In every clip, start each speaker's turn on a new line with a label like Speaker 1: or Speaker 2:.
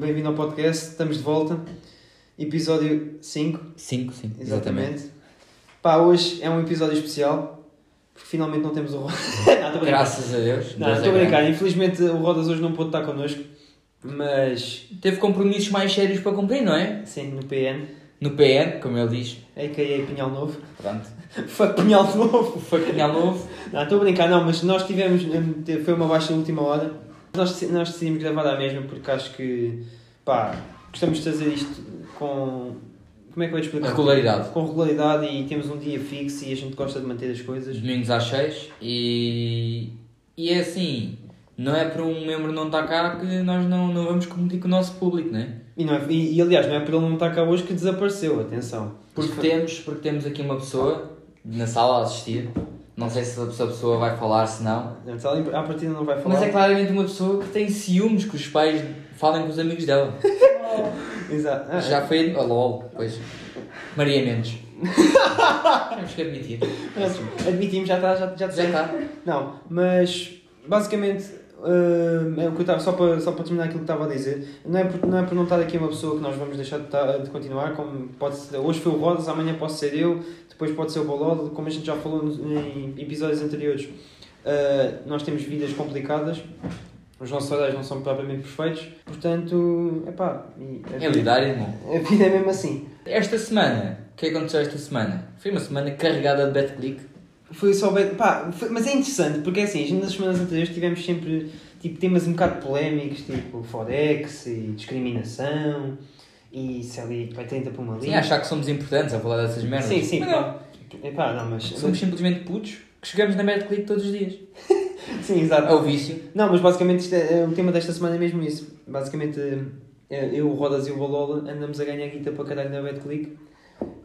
Speaker 1: bem-vindo ao podcast. Estamos de volta. Episódio 5,
Speaker 2: 5, sim.
Speaker 1: exatamente. Pá, hoje é um episódio especial, porque finalmente não temos o Rodas. não, estou a brincar.
Speaker 2: Graças a Deus.
Speaker 1: Não, estou a
Speaker 2: Deus é grande.
Speaker 1: brincar. Infelizmente o Rodas hoje não pôde estar connosco, mas
Speaker 2: Teve compromissos mais sérios para cumprir, não é?
Speaker 1: sim, no PN,
Speaker 2: No PN, como ele diz.
Speaker 1: a.k.a. Pinhal Novo.
Speaker 2: Pronto.
Speaker 1: Fuck Pinhal Novo!
Speaker 2: Foi Pinhal Novo.
Speaker 1: Não, estou a brincar, não, mas nós tivemos. hum, te- Foi uma baixa de última hora. Nós, deci- nós decidimos gravar à mesma porque acho que. pá, gostamos de fazer isto com. como é que eu ia explicar?
Speaker 2: Regularidade.
Speaker 1: Com regularidade e temos um dia fixo e a gente gosta de manter as coisas.
Speaker 2: Domingos às 6 e. E é assim. Não é por um membro não estar cá que nós não, não vamos competir com o nosso público, não é?
Speaker 1: E, não é- e, e, aliás, não é por ele não estar cá hoje que desapareceu, atenção.
Speaker 2: Porque temos, porque temos aqui uma pessoa na sala a assistir. Não sei se essa pessoa vai falar, se não.
Speaker 1: Não, se ela- à partida não vai falar.
Speaker 2: Mas é claramente uma pessoa que tem ciúmes que os pais falem com os amigos dela.
Speaker 1: Exato. Ah,
Speaker 2: Já foi. Oh, lol, pois. Maria Mendes. Temos que admitir.
Speaker 1: mas é, Admitimos, já está. Já, já,
Speaker 2: Já está.
Speaker 1: Não, mas basicamente hum, é o que eu estava, só para, só para terminar aquilo que estava a dizer, não é, por, não é por não estar aqui uma pessoa que nós vamos deixar de, ta- de continuar, como pode ser, hoje foi o Rodas, amanhã posso ser eu, depois pode ser o Bololo, como a gente já falou nos- em episódios anteriores, uh, nós temos vidas complicadas, os nossos horários não são propriamente perfeitos, portanto, epá, e a
Speaker 2: É
Speaker 1: vida-
Speaker 2: lidar, irmão.
Speaker 1: A vida é mesmo assim.
Speaker 2: Esta semana, o que aconteceu esta semana? Foi uma semana carregada de betclick.
Speaker 1: Foi só bem. Pá, foi- mas é interessante, porque é assim, a gente nas semanas anteriores tivemos sempre tipo, temas um bocado polémicos, tipo Forex e discriminação e se ali vai 30 para uma
Speaker 2: Sim, é
Speaker 1: linha.
Speaker 2: achar que somos importantes a falar dessas merdas.
Speaker 1: sim, sim.
Speaker 2: Mas não.
Speaker 1: pá. Epá, não, mas.
Speaker 2: Somos simplesmente putos que chegamos na betclick todos os dias.
Speaker 1: Sim,
Speaker 2: É
Speaker 1: exato.
Speaker 2: o vício.
Speaker 1: Não, mas basicamente isto é, é, o tema desta semana é mesmo isso. Basicamente, é, eu, o Rodas e o Balola andamos a ganhar guita para caralho na BetClick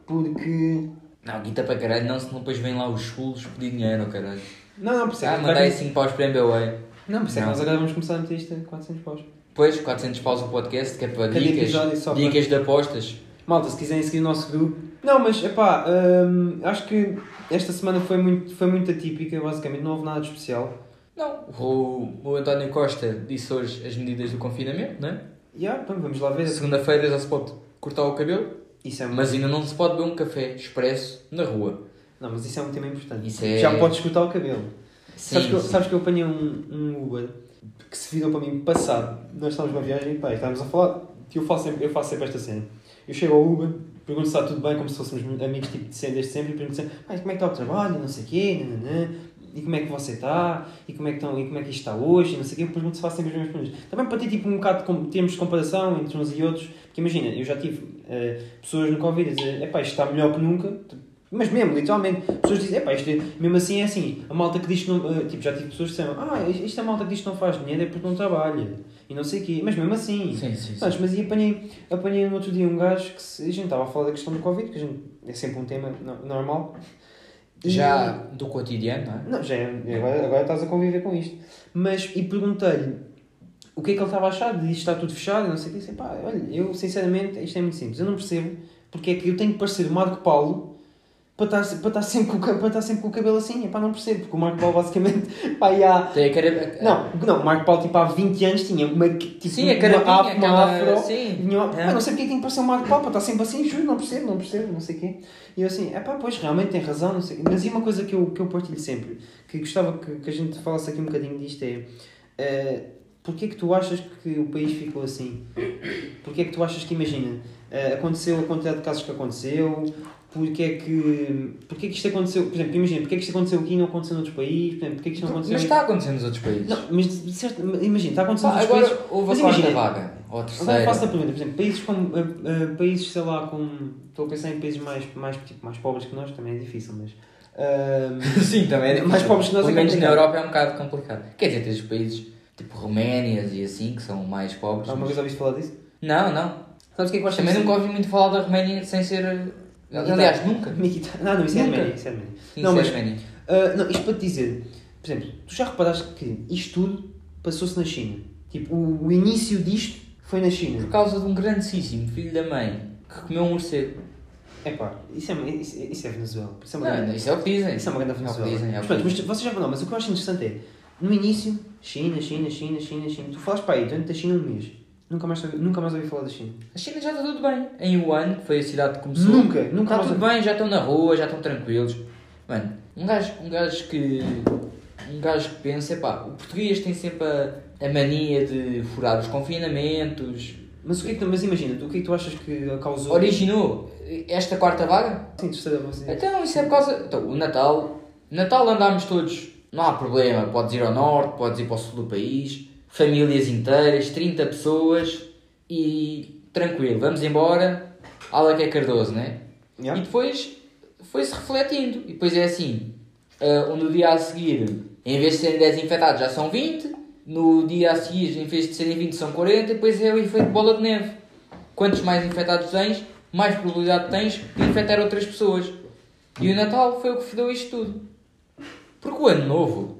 Speaker 1: porque.
Speaker 2: Não, guita para caralho, não, senão depois vêm lá os chulos pedir dinheiro, caralho.
Speaker 1: Não, não, por isso é
Speaker 2: Ah,
Speaker 1: que-
Speaker 2: mandei 5 paus para MBA.
Speaker 1: Não, por isso é que
Speaker 2: Não.
Speaker 1: nós agora vamos começar a meter isto a 400 paus.
Speaker 2: Depois, 400 paus o podcast, que é para
Speaker 1: Cada
Speaker 2: dicas,
Speaker 1: episódio só para-
Speaker 2: dicas de apostas.
Speaker 1: Malta, se quiserem seguir o nosso grupo. Não, mas epá, hum, acho que esta semana foi muito, foi muito atípica, basicamente, não houve nada de especial.
Speaker 2: Não, o, o António Costa disse hoje as medidas do confinamento, não é?
Speaker 1: E ah, pronto, vamos lá ver.
Speaker 2: Segunda-feira já se pode cortar o cabelo,
Speaker 1: Isso é um,
Speaker 2: mas ainda não se pode beber um café expresso na rua.
Speaker 1: Não, mas isso é um tema importante.
Speaker 2: Isso é-
Speaker 1: Já podes cortar o cabelo.
Speaker 2: Sim,
Speaker 1: sabes, que eu,
Speaker 2: sim.
Speaker 1: sabes que eu apanhei um, um Uber que se virou para mim passado. Nós estávamos numa viagem, pá, e estávamos a falar. que Eu faço, sempre, eu faço sempre esta cena. Eu chego ao Uber, pergunto se está tudo bem, como se fôssemos amigos tipo, de sempre, desde sempre, e pergunto sempre, "Ai, como é que está o trabalho, não sei o quê, nananã, e como é que você está, e como é que, estão, e como é que isto está hoje, e não sei o quê, eu pergunto se faço sempre as mesmas perguntas. Também para ter tipo, um bocado de com- termos de comparação entre uns e outros, porque imagina, eu já tive eh, pessoas no Covid a dizer, epá, isto está melhor que nunca, mas mesmo, literalmente, pessoas dizem, epá, isto é- mesmo assim é assim, a malta que diz que não, eh, tipo, já tive pessoas que disseram, ah, isto a malta que diz que não faz dinheiro é porque não trabalha, e não sei o quê, mas mesmo assim,
Speaker 2: Sim, sim, sim.
Speaker 1: mas, mas e apanhei, apanhei no outro dia um gajo que se, a gente estava a falar da questão do Covid, que a gente, é sempre um tema no- normal. E-
Speaker 2: Já do cotidiano, não é?
Speaker 1: Não, já é, e agora, agora estás a conviver com isto. Mas, e perguntei-lhe o que é que ele estava a achar de isto está tudo fechado e não sei o que. Disse, pá, olha, eu sinceramente, isto é muito simples, eu não percebo porque é que eu tenho que parecer o Marco Paulo para estar, se- para estar, sempre, com, o ca- para estar sempre com o cabelo assim. Epá, não percebo, porque o Marco Paulo basicamente, pá, e há...
Speaker 2: Tem a cara...
Speaker 1: Não, não, o Marco Paulo tipo há 20 anos tinha uma tipo,
Speaker 2: Sim, a
Speaker 1: uma
Speaker 2: cara
Speaker 1: af- uma
Speaker 2: aquela...
Speaker 1: afro.
Speaker 2: Sim.
Speaker 1: Tinha uma-
Speaker 2: É.
Speaker 1: Pá, não sei porque é que tem que parecer um Marco Paulo, pá, está sempre assim, juro, não percebo, não percebo, não sei o quê. E eu assim, é pá, pois realmente tem razão, não sei o quê. Mas e uma coisa que eu, que eu partilho sempre, que gostava que, que a gente falasse aqui um bocadinho disto é, eh, porque é que tu achas que o país ficou assim? Porque é que tu achas que, imagina, eh, aconteceu a quantidade de casos que aconteceu, porque é que, porque é que isto aconteceu, por exemplo, imagina, porque é que isto aconteceu aqui e não aconteceu noutros países, por exemplo, porque é que isto não
Speaker 2: Mas
Speaker 1: aconteceu... em-
Speaker 2: está acontecendo nos outros países.
Speaker 1: Não, mas de certo, imagina, está acontecendo
Speaker 2: Pá,
Speaker 1: noutros
Speaker 2: agora
Speaker 1: países...
Speaker 2: houve a
Speaker 1: mas
Speaker 2: quarta
Speaker 1: imagina-
Speaker 2: vaga, ou a terceira.
Speaker 1: Agora faço a pergunta, por exemplo, países como. ah, ah, países, sei lá, como. Estou a pensar em países mais, mais, tipo, mais pobres que nós, também é difícil, mas. ah,
Speaker 2: Sim, também é difícil.
Speaker 1: Mais pobres que nós é
Speaker 2: Pelo menos na
Speaker 1: complicado.
Speaker 2: Europa é um bocado complicado. Quer dizer, tens países tipo Roménias e assim, que são mais pobres.
Speaker 1: alguma vez ouviste falar disso?
Speaker 2: Não, não.
Speaker 1: Sabes o que é que eu acho
Speaker 2: Também
Speaker 1: que-
Speaker 2: nunca ouvi muito falar da Roménia sem ser... eh, Aliás, nunca.
Speaker 1: Nikita. Não, não, isso é
Speaker 2: Nunca.
Speaker 1: Arménia. Isso é Arménia.
Speaker 2: Sim,
Speaker 1: Não,
Speaker 2: sem
Speaker 1: mas.
Speaker 2: Arménia.
Speaker 1: ah, não, isto para te dizer, por exemplo, tu já reparaste que isto tudo passou-se na China? Tipo, o, o início disto foi na China.
Speaker 2: Por causa de um grandíssimo filho da mãe que comeu um morcego.
Speaker 1: É pá, isso é, isso, é- isso é Venezuela. Isso é uma grande-
Speaker 2: Não, isso é o que dizem.
Speaker 1: Isso é uma grande
Speaker 2: É o que dizem,
Speaker 1: Venezuela.
Speaker 2: é
Speaker 1: Mas
Speaker 2: o que
Speaker 1: pronto, mas
Speaker 2: dizem.
Speaker 1: tu- vocês já falaram, mas o que eu acho interessante é, no início, China, China, China, China, China, tu falas para aí durante a China um mês. Nunca mais, ouvi- nunca mais ouvi falar da China.
Speaker 2: A China já está tudo bem. Em Wuhan, que foi a cidade que começou.
Speaker 1: Nunca, nunca
Speaker 2: Está
Speaker 1: mais
Speaker 2: tudo
Speaker 1: ouvi.
Speaker 2: bem, já estão na rua, já estão tranquilos. Mano, um gajo, um gajo que. Um gajo que pensa, pá, o português tem sempre a, a mania de furar os confinamentos.
Speaker 1: Mas, o que é que, mas imagina, o que é que tu achas que causou?
Speaker 2: Originou esta quarta vaga?
Speaker 1: Sim, terceira vacina.
Speaker 2: Então, isso é por causa. Então, o Natal. Natal andámos todos. Não há problema. Podes ir ao norte, podes ir para o sul do país. Famílias inteiras, 30 pessoas. E tranquilo, vamos embora. Ala que é Cardoso, né?
Speaker 1: Yeah.
Speaker 2: E depois foi-se refletindo. E depois é assim: ah, onde no dia a seguir, em vez de serem 10 infectados, já são 20. No dia a seguir, em vez de serem 20, são 40. E depois é o efeito bola de neve. Quantos mais infectados tens, mais probabilidade tens de infectar outras pessoas. E o Natal foi o que fedeu isto tudo. Porque o Ano Novo.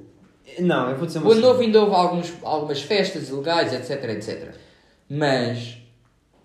Speaker 1: Não, eu vou dizer uma
Speaker 2: O Ano
Speaker 1: cena.
Speaker 2: Novo ainda houve alguns, algumas festas ilegais, etc, etc. Mas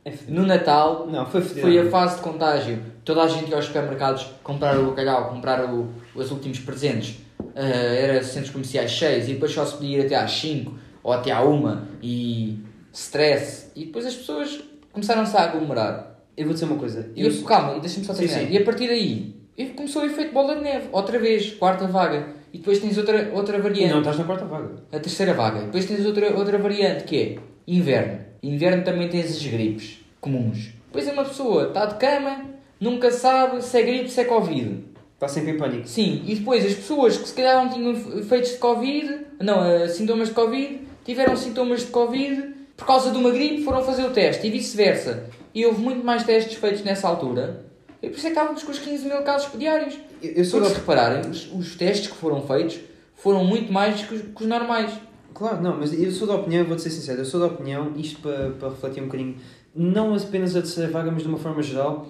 Speaker 1: É fedido.
Speaker 2: no Natal
Speaker 1: Não, foi fedido.
Speaker 2: foi a fase de contágio. Toda a gente ia aos supermercados comprar o bacalhau, comprar o- os últimos presentes. Ah, era centros comerciais cheios e depois só se podia ir até às 5 ou até à 1 e stress. E depois as pessoas começaram-se a aglomerar.
Speaker 1: Eu vou dizer uma coisa.
Speaker 2: E
Speaker 1: Eu,
Speaker 2: eu, calma, e deixa-me só
Speaker 1: Sim,
Speaker 2: terminar.
Speaker 1: sim.
Speaker 2: E a partir daí e começou o efeito bola de neve, outra vez, quarta vaga. E depois tens outra, outra variante.
Speaker 1: Não, estás na quarta vaga.
Speaker 2: A terceira vaga. Depois tens outra, outra variante que é inverno. Inverno também tens as gripes comuns. Depois uma pessoa está de cama, nunca sabe se é gripe, se é Covid.
Speaker 1: Está sempre em pânico.
Speaker 2: Sim, e depois as pessoas que se calhar não tinham efeitos de Covid, não, eh, sintomas de Covid, tiveram sintomas de Covid por causa de uma gripe, foram fazer o teste e vice-versa. E houve muito mais testes feitos nessa altura. E por isso é que estávamos com os 15 mil casos diários.
Speaker 1: Eu, eu sou
Speaker 2: Porque se
Speaker 1: da...
Speaker 2: repararem, os, os testes que foram feitos foram muito mais que os- que os normais.
Speaker 1: Claro, não, mas eu sou da opinião, vou-te ser sincero, eu sou da opinião, isto para, para refletir um bocadinho, não apenas a terceira vaga, mas de uma forma geral,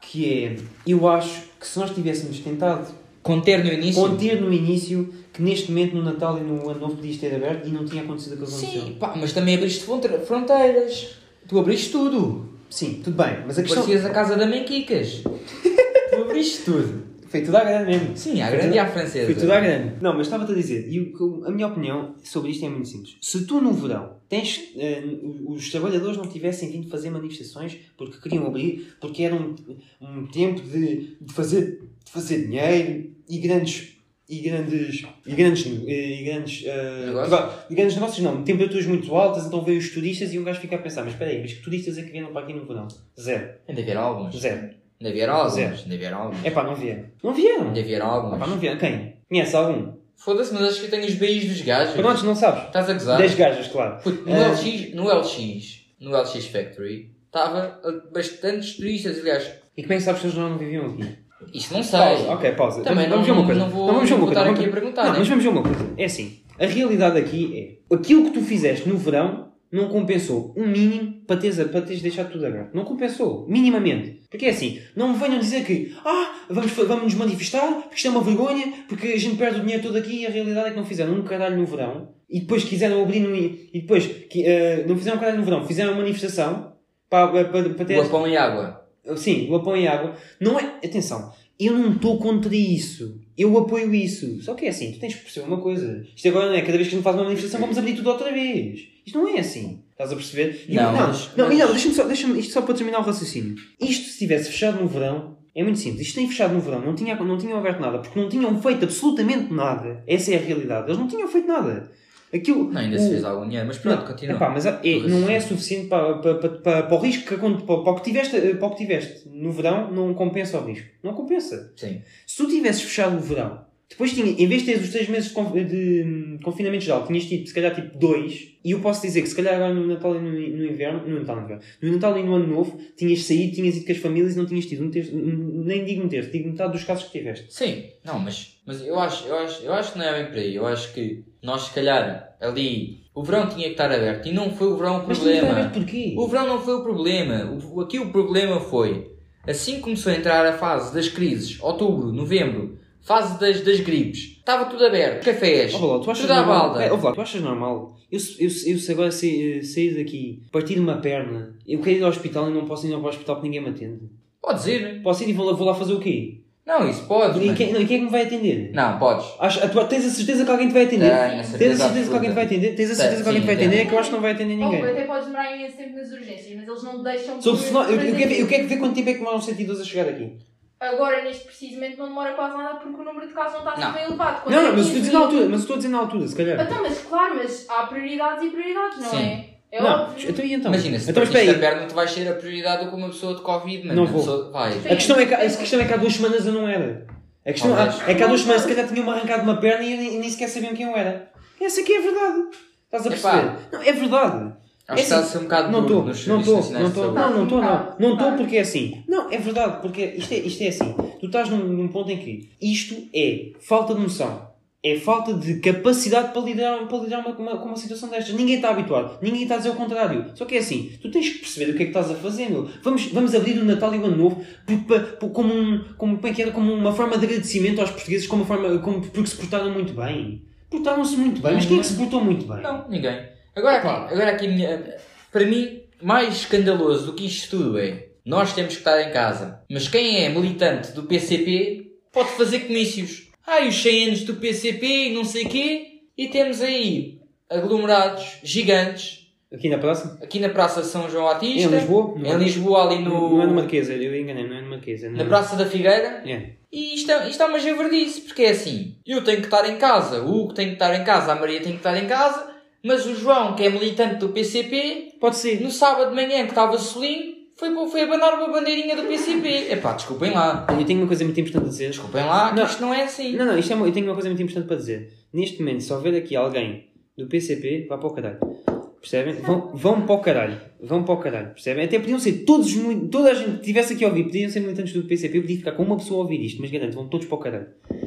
Speaker 1: que é, eu acho que se nós tivéssemos tentado
Speaker 2: Conter no início?
Speaker 1: conter no início, que neste momento no Natal e no Ano Novo podias ter aberto e não tinha acontecido aquilo que aconteceu.
Speaker 2: Sim, pá, mas também abriste fronte- fronteiras. Tu abriste tudo.
Speaker 1: Sim, tudo bem, mas a questão...
Speaker 2: Parecias a casa da Menquicas. tu abriste tudo.
Speaker 1: Foi tudo à grande mesmo.
Speaker 2: Sim, à grande e à francesa.
Speaker 1: Foi tudo à grande. Não, mas estava-te a dizer, e o que- a minha opinião sobre isto é muito simples. Se tu no verão tens. eh, os trabalhadores não tivessem vindo fazer manifestações porque queriam abrir, porque era um, um tempo de, de fazer, de fazer dinheiro e grandes. E grandes. E grandes. E grandes, eh,
Speaker 2: Negócios?
Speaker 1: prova- e grandes negócios não, temperaturas muito altas, então veio os turistas e um gajo fica a pensar, mas espera aí, mas que turistas é que vieram para aqui no verão? Zero.
Speaker 2: Ainda vieram alguns.
Speaker 1: Zero.
Speaker 2: Ainda vieram alguns.
Speaker 1: Zero.
Speaker 2: Ainda vieram alguns.
Speaker 1: É pá, não vieram. Não vieram!
Speaker 2: Ainda vieram
Speaker 1: Epá,
Speaker 2: alguns.
Speaker 1: não vieram. Quem? Conhece algum?
Speaker 2: Foda-se, mas acho que eu tenho os BIs dos gajos.
Speaker 1: Prontos, não sabes?
Speaker 2: Estás a gozar?
Speaker 1: 10 gajas, claro.
Speaker 2: Puto, no,
Speaker 1: Ah.
Speaker 2: LX, no LX, no LX Factory, estava ah, bastantes turistas. Aliás,
Speaker 1: E como é que sabes que eles não viviam aqui?
Speaker 2: isto não sei.
Speaker 1: Pausa. Ok, pausa.
Speaker 2: Também
Speaker 1: vamos
Speaker 2: não-
Speaker 1: ver uma coisa.
Speaker 2: não vou-
Speaker 1: vamos ver
Speaker 2: não
Speaker 1: uma
Speaker 2: vou
Speaker 1: coisa.
Speaker 2: estar
Speaker 1: Vamos-
Speaker 2: aqui a perguntar,
Speaker 1: Não,
Speaker 2: né?
Speaker 1: mas vamos ver uma coisa. É assim. A realidade aqui é... Aquilo que tu fizeste no verão não compensou um mínimo para teres, para teres deixado tudo aberto. Não compensou. Minimamente. Porque é assim. Não me venham dizer que... Ah, vamos, fa- vamos nos manifestar porque isto é uma vergonha. Porque a gente perde o dinheiro todo aqui. E a realidade é que não fizeram um caralho no verão. E depois quiseram abrir no... E depois... que, eh, não fizeram um caralho no verão. Fizeram uma manifestação para, para, para ter...
Speaker 2: O apão e água.
Speaker 1: Sim, o apoio em água. Não é. Atenção, eu não estou contra isso. Eu apoio isso. Só que é assim, tu tens que perceber uma coisa. Isto agora não é, cada vez que a gente faz uma manifestação vamos abrir tudo outra vez. Isto não é assim. Estás a perceber? E não,
Speaker 2: Não, mas-
Speaker 1: não,
Speaker 2: mas-
Speaker 1: e não, deixa-me só, deixa-me, isto só para terminar o raciocínio. Isto se tivesse fechado no verão, é muito simples. Isto tem fechado no verão, não, tinha, não tinham aberto nada, porque não tinham feito absolutamente nada. Essa é a realidade. Eles não tinham feito nada. Aquilo.
Speaker 2: Não, ainda
Speaker 1: o-
Speaker 2: se fez algum dinheiro, mas pronto, continua.
Speaker 1: Uh. Epá, mas há- é- não é suficiente para, para, para, para, para o risco que aconte- para, para o que tiveste, para o que tiveste no verão, não compensa o risco. Não compensa.
Speaker 2: Sim.
Speaker 1: Se tu tivesses fechado o verão, depois tinha, em vez de teres os 3 meses de, conf- de, hum, confinamento geral, tinhas tido se calhar tipo 2, e eu posso dizer que se calhar agora no Natal e no, no inverno, no Natal, e no inverno, no Natal e no Ano Novo, tinhas saído, tinhas ido com as famílias e não tinhas tido um terço, um- nem digo um terço, digo metade dos casos que tiveste.
Speaker 2: Sim, não, mas, mas eu, acho, eu, acho, eu acho que não é bem por aí. Eu acho que nós, se calhar, ali, o verão tinha que estar aberto e não foi o verão o
Speaker 1: Mas é tinha que estar aberto
Speaker 2: problema.
Speaker 1: porquê?
Speaker 2: O verão não foi o problema. O- o- aqui o problema foi, assim que começou a entrar a fase das crises, outubro, novembro, fase das, das gripes, estava tudo aberto, cafés,
Speaker 1: Ó, Vlad, tu achas
Speaker 2: tudo à
Speaker 1: normal?
Speaker 2: balda.
Speaker 1: É, ó, Vlad, tu achas normal? Eu, se- eu, se- eu se agora sair, sair daqui, partir uma perna, eu quero ir ao hospital e não posso ir ao hospital porque ninguém me atende.
Speaker 2: Pode ser,
Speaker 1: Posso ir e vou lá, vou lá fazer o quê?
Speaker 2: é? Não, isso pode.
Speaker 1: E
Speaker 2: mas-
Speaker 1: quem, não, e quem é que me vai atender?
Speaker 2: Não, podes.
Speaker 1: Acho, ah, tu tens a certeza que alguém te vai atender?
Speaker 2: Tenho a
Speaker 1: tens
Speaker 2: certeza
Speaker 1: a certeza que alguém te vai atender? Tens a certeza
Speaker 2: Sim,
Speaker 1: que alguém te vai
Speaker 2: tenho.
Speaker 1: atender? É que eu acho que não vai atender ninguém.
Speaker 3: Ou até podes demorar imenso tempo nas urgências, mas eles não te deixam.
Speaker 1: Sobre
Speaker 3: por-
Speaker 1: fenó- eu, eu, quero ver, eu
Speaker 3: por-
Speaker 1: quero ver quanto tempo é que demoram os 112 a chegar aqui.
Speaker 3: Agora, neste precisamente, não demora quase nada porque o número de casos não está
Speaker 2: Não.
Speaker 3: assim bem elevado. Quando
Speaker 1: Não,
Speaker 3: é
Speaker 1: não, mas estou a
Speaker 3: 15
Speaker 1: dizer na
Speaker 3: mil-
Speaker 1: altura, mas eu estou a dizer na altura, se calhar.
Speaker 3: Então, mas claro, mas há prioridades e prioridades, não
Speaker 2: Sim.
Speaker 3: é? É
Speaker 1: não,
Speaker 3: óbvio.
Speaker 1: então e então?
Speaker 2: Imagina, se
Speaker 1: então,
Speaker 2: então,
Speaker 1: espera
Speaker 2: partiste a
Speaker 1: aí.
Speaker 2: perna, tu vais ser a prioridade do que uma pessoa de Covid, mano.
Speaker 1: Não
Speaker 2: Uma
Speaker 1: vou.
Speaker 2: pessoa- Vai.
Speaker 1: A questão, é que, a questão é que há duas semanas eu não era. A questão
Speaker 2: Talvez.
Speaker 1: é que há duas semanas se calhar tinham-me arrancado uma perna e eu nem, nem sequer sabiam quem eu era. Essa aqui é a verdade. Estás a
Speaker 2: Epá.
Speaker 1: perceber? Não, é verdade.
Speaker 2: Acho que
Speaker 1: É assim,
Speaker 2: está a ser um bocado
Speaker 1: Não
Speaker 2: duro
Speaker 1: estou, não
Speaker 2: nos
Speaker 1: estou,
Speaker 2: serviços
Speaker 1: não
Speaker 2: nacionais de
Speaker 1: estou,
Speaker 2: saúde.
Speaker 1: não, não estou, não. Não estou
Speaker 3: Claro.
Speaker 1: porque é assim. Não, é verdade, porque isto é, isto é assim. Tu estás num, num ponto em que isto é falta de noção. É falta de capacidade para lidar, para lidar uma- com uma, com uma situação destas. Ninguém está habituado, ninguém está a dizer o contrário. Só que é assim, tu tens que perceber o que é que estás a fazer, meu. Vamos, vamos abrir o Natal e o Ano Novo por- pa- por- como, um, como, como, é que era? como uma forma de agradecimento aos portugueses como uma forma, como, porque se portaram muito bem. Portaram-se muito bem, mas quem é que se portou muito bem?
Speaker 2: Uhum. Não, ninguém. Agora
Speaker 1: Opa.
Speaker 2: aqui, agora aqui a minha- para mim, mais escandaloso do que isto tudo é nós temos que estar em casa. Mas quem é militante do PCP pode fazer comícios. Ai, os 100 anos do PCP e não sei quê. E temos aí aglomerados gigantes
Speaker 1: Aqui na praça?
Speaker 2: aqui na Praça São João
Speaker 1: Em
Speaker 2: Batista.
Speaker 1: Lisboa?
Speaker 2: é Em Lisboa, ali
Speaker 1: Não, não é no
Speaker 2: no,
Speaker 1: Marquesa, eu enganei, não é no Marquesa. é no-
Speaker 2: na Praça da Figueira.
Speaker 1: É.
Speaker 2: E isto é, isto é uma javardice, porque é assim: eu tenho que estar em casa, o Hugo tem que estar em casa, a Maria tem que estar em casa, mas o João, que é militante do PCP,
Speaker 1: Pode ser.
Speaker 2: no sábado de manhã que estava solinho, foi, foi abanar uma bandeirinha do PCP. Epá, desculpem lá,
Speaker 1: Eu tenho uma coisa muito importante a dizer.
Speaker 2: desculpem lá, que
Speaker 1: Não.
Speaker 2: isto não é assim.
Speaker 1: Não, não, isto é uma- eu tenho uma coisa muito importante para dizer. Neste momento, se houver aqui alguém do PCP, vá para o caralho. Percebem? Vão, vão para o caralho. Vão para o caralho. Percebem? Até podiam ser todos, os mili- toda a gente que estivesse aqui a ouvir, podiam ser militantes do PCP. Eu podia ficar com uma pessoa a ouvir isto, mas garanto, vão todos para o caralho.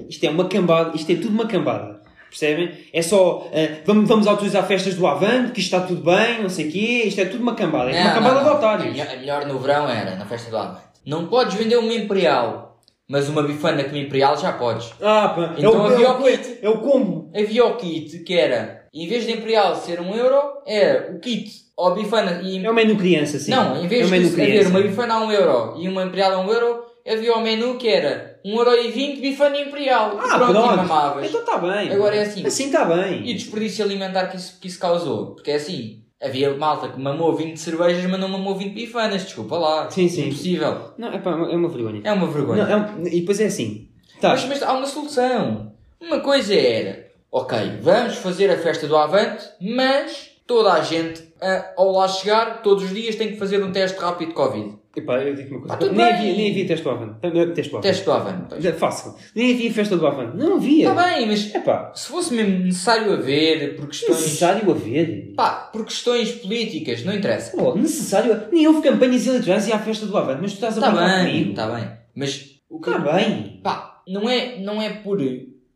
Speaker 1: Isto é uma cambada, isto é tudo uma cambada. Percebem? É só ah, vamos, vamos autorizar festas do Avante, que isto está tudo bem, não sei o quê. Isto é tudo uma cambada. É uma
Speaker 2: Não,
Speaker 1: cambada
Speaker 2: não,
Speaker 1: de
Speaker 2: não.
Speaker 1: otários.
Speaker 2: A melhor, a melhor no verão era, na festa do Avante. Não podes vender uma Imperial, mas uma bifana com Imperial já podes.
Speaker 1: Ah, pá,
Speaker 2: Então
Speaker 1: é, o,
Speaker 2: havia
Speaker 1: é,
Speaker 2: o
Speaker 1: o,
Speaker 2: kit.
Speaker 1: é o combo.
Speaker 2: Havia o kit que era, em vez de Imperial ser um euro, era o kit ou bifana e
Speaker 1: É o menu criança, sim.
Speaker 2: Não, em vez
Speaker 1: é o menu
Speaker 2: de haver
Speaker 1: criança.
Speaker 2: uma bifana a 1 euro e uma imperial a 1 euro, havia o menu que era 1,20€ bifana imperial.
Speaker 1: Ah,
Speaker 2: pronto, e
Speaker 1: pronto.
Speaker 2: mamavas.
Speaker 1: Então está bem.
Speaker 2: Agora é assim.
Speaker 1: Assim está
Speaker 2: E o
Speaker 1: bem.
Speaker 2: desperdício alimentar que isso, que isso causou. Porque é assim, havia malta que mamou 20 cervejas, mas não mamou 20 bifanas. Desculpa lá.
Speaker 1: Sim, sim.
Speaker 2: Impossível.
Speaker 1: Não, epá, é uma vergonha.
Speaker 2: É uma vergonha.
Speaker 1: Não, é um- E depois é assim. Tá.
Speaker 2: Mas, mas há uma solução. Uma coisa era, ok, vamos fazer a festa do Avante, mas toda a gente, ah, ao lá chegar, todos os dias tem que fazer um teste rápido de Covid.
Speaker 1: Epá, eu digo uma coisa.
Speaker 2: Ah, tudo
Speaker 1: nem,
Speaker 2: bem.
Speaker 1: havia, nem havia teste do Avante. Eh, Teste do Avante.
Speaker 2: Teste do Avante. pois.
Speaker 1: É Fácil. Nem havia festa do Avante. Não havia.
Speaker 2: Está Tá bem, mas
Speaker 1: Epá,
Speaker 2: Se fosse mesmo necessário haver, por
Speaker 1: é
Speaker 2: questões.
Speaker 1: necessário haver.
Speaker 2: Pá, por questões políticas, não interessa.
Speaker 1: Pô, necessário. Nem houve campanhas eleitorais e há festa do Avante, mas tu estás a
Speaker 2: Está
Speaker 1: brincar
Speaker 2: Tá bem, Tá
Speaker 1: comigo.
Speaker 2: está bem. Mas o que.
Speaker 1: Está bem.
Speaker 2: Pá, não é, não é por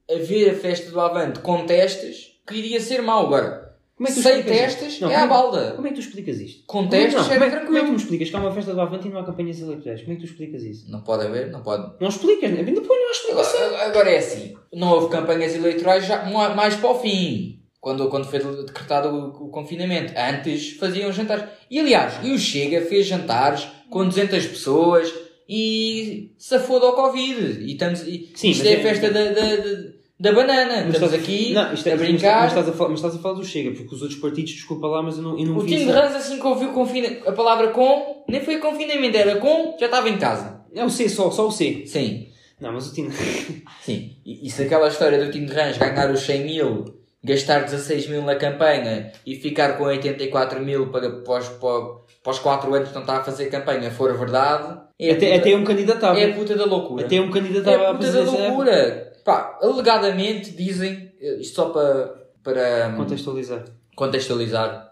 Speaker 2: haver a festa do Avante com testes que iria ser mau. Agora,
Speaker 1: Como é que tu
Speaker 2: sem
Speaker 1: explicas isto?
Speaker 2: testes
Speaker 1: Não,
Speaker 2: é à
Speaker 1: como-
Speaker 2: balda.
Speaker 1: Como é que tu explicas isto?
Speaker 2: Com testes
Speaker 1: Não,
Speaker 2: é
Speaker 1: como, é, como é que tu
Speaker 2: tranquilo.
Speaker 1: me explicas que há uma festa do Avante e não há campanhas eleitorais? Como é que tu explicas isso?
Speaker 2: Não pode haver, não pode.
Speaker 1: Não explicas, né? ainda põe não há explicação.
Speaker 2: Agora, agora é assim. Não houve campanhas eleitorais já ma- mais para o fim. Quando, quando foi decretado o, o confinamento. Antes faziam jantares. E aliás, e o Chega fez jantares com 200 pessoas e safou do Covid. E estamos, e,
Speaker 1: Sim,
Speaker 2: isto
Speaker 1: mas
Speaker 2: é a
Speaker 1: é-
Speaker 2: festa da, da, da- da banana. Estamos aqui
Speaker 1: não, isto é-
Speaker 2: a
Speaker 1: isto-
Speaker 2: brincar.
Speaker 1: Mas estás a, falar, mas estás a falar do Chega, porque os outros partidos, desculpa lá, mas eu não, eu não
Speaker 2: o
Speaker 1: vi
Speaker 2: time de
Speaker 1: isso.
Speaker 2: Rans, assim que ouviu confina- a palavra com, nem foi confinamento, era com, já estava em casa.
Speaker 1: É o C só, só o C.
Speaker 2: Sim.
Speaker 1: Não, mas o time.
Speaker 2: Sim, e, e se aquela história do Tim de Rãs ganhar os 100 mil, gastar 16 mil na campanha e ficar com 84 mil para, para, os- para, para os 4 anos que não está a fazer campanha for verdade, é, a
Speaker 1: até,
Speaker 2: puta,
Speaker 1: até um candidatava.
Speaker 2: é a puta da loucura.
Speaker 1: até um
Speaker 2: é
Speaker 1: candidatava
Speaker 2: a
Speaker 1: à
Speaker 2: puta da
Speaker 1: presidência.
Speaker 2: loucura. Pá, alegadamente dizem, eh, isto só para, para hum,
Speaker 1: Contextualizar.
Speaker 2: contextualizar,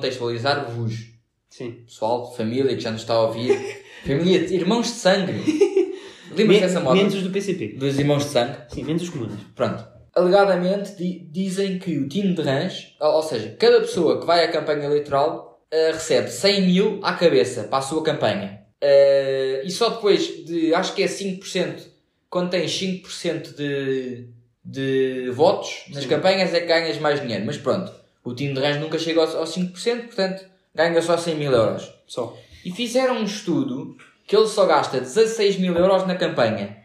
Speaker 2: contextualizar-vos,
Speaker 1: Sim.
Speaker 2: pessoal, família que já nos está a ouvir, família, irmãos de sangue. Lembras
Speaker 1: Men-
Speaker 2: dessa moda?
Speaker 1: Menos os do PCP.
Speaker 2: Dos irmãos de sangue.
Speaker 1: Sim, menos os comunas.
Speaker 2: Pronto. Alegadamente di- dizem que o time de rãs, ou ou seja, cada pessoa que vai à campanha eleitoral eh, recebe 100 mil à cabeça para a sua campanha. Eh, e só depois de, acho que é 5%, quando tens 5% de, de votos nas
Speaker 1: Sim.
Speaker 2: campanhas é que ganhas mais dinheiro. Mas pronto, o time de rãs nunca chega aos, aos 5%, portanto ganha só 100 mil euros.
Speaker 1: Só.
Speaker 2: E fizeram um estudo que ele só gasta 16 mil euros na campanha.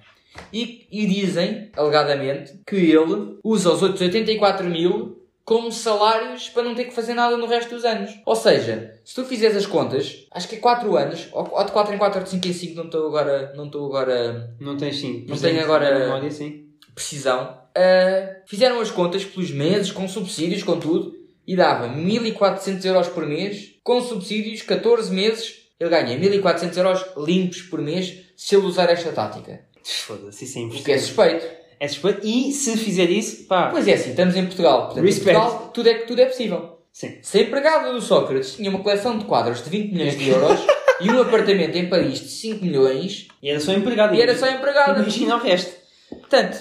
Speaker 2: E, e dizem, alegadamente, que ele usa os outros 84 mil como salários para não ter que fazer nada no resto dos anos. Ou seja, se tu fizeres as contas, acho que é 4 anos, ou, ou de 4 em 4 ou de 5 em 5, não estou agora, não estou agora
Speaker 1: Não tens sim.
Speaker 2: Não tenho agora-
Speaker 1: Memória, sim.
Speaker 2: precisão, ah, fizeram as contas pelos meses, com subsídios, com tudo, e dava 1400 euros por mês, com subsídios, 14 meses, ele ganha 1400 euros limpos por mês se ele usar esta tática.
Speaker 1: Foda-se, isso é
Speaker 2: O que é
Speaker 1: impossível.
Speaker 2: suspeito.
Speaker 1: É suspeito. E se fizer isso, pá.
Speaker 2: Pois é assim, estamos em Portugal. Portanto, em
Speaker 1: Ah. Respect.
Speaker 2: Portugal tudo é, tudo é possível.
Speaker 1: Sim.
Speaker 2: Se a empregada do Sócrates tinha uma coleção de quadros de 20 milhões de euros e um apartamento em Paris de 5 milhões
Speaker 1: E era só empregado.
Speaker 2: e era só empregada.
Speaker 1: Imagina o resto.
Speaker 2: Portanto,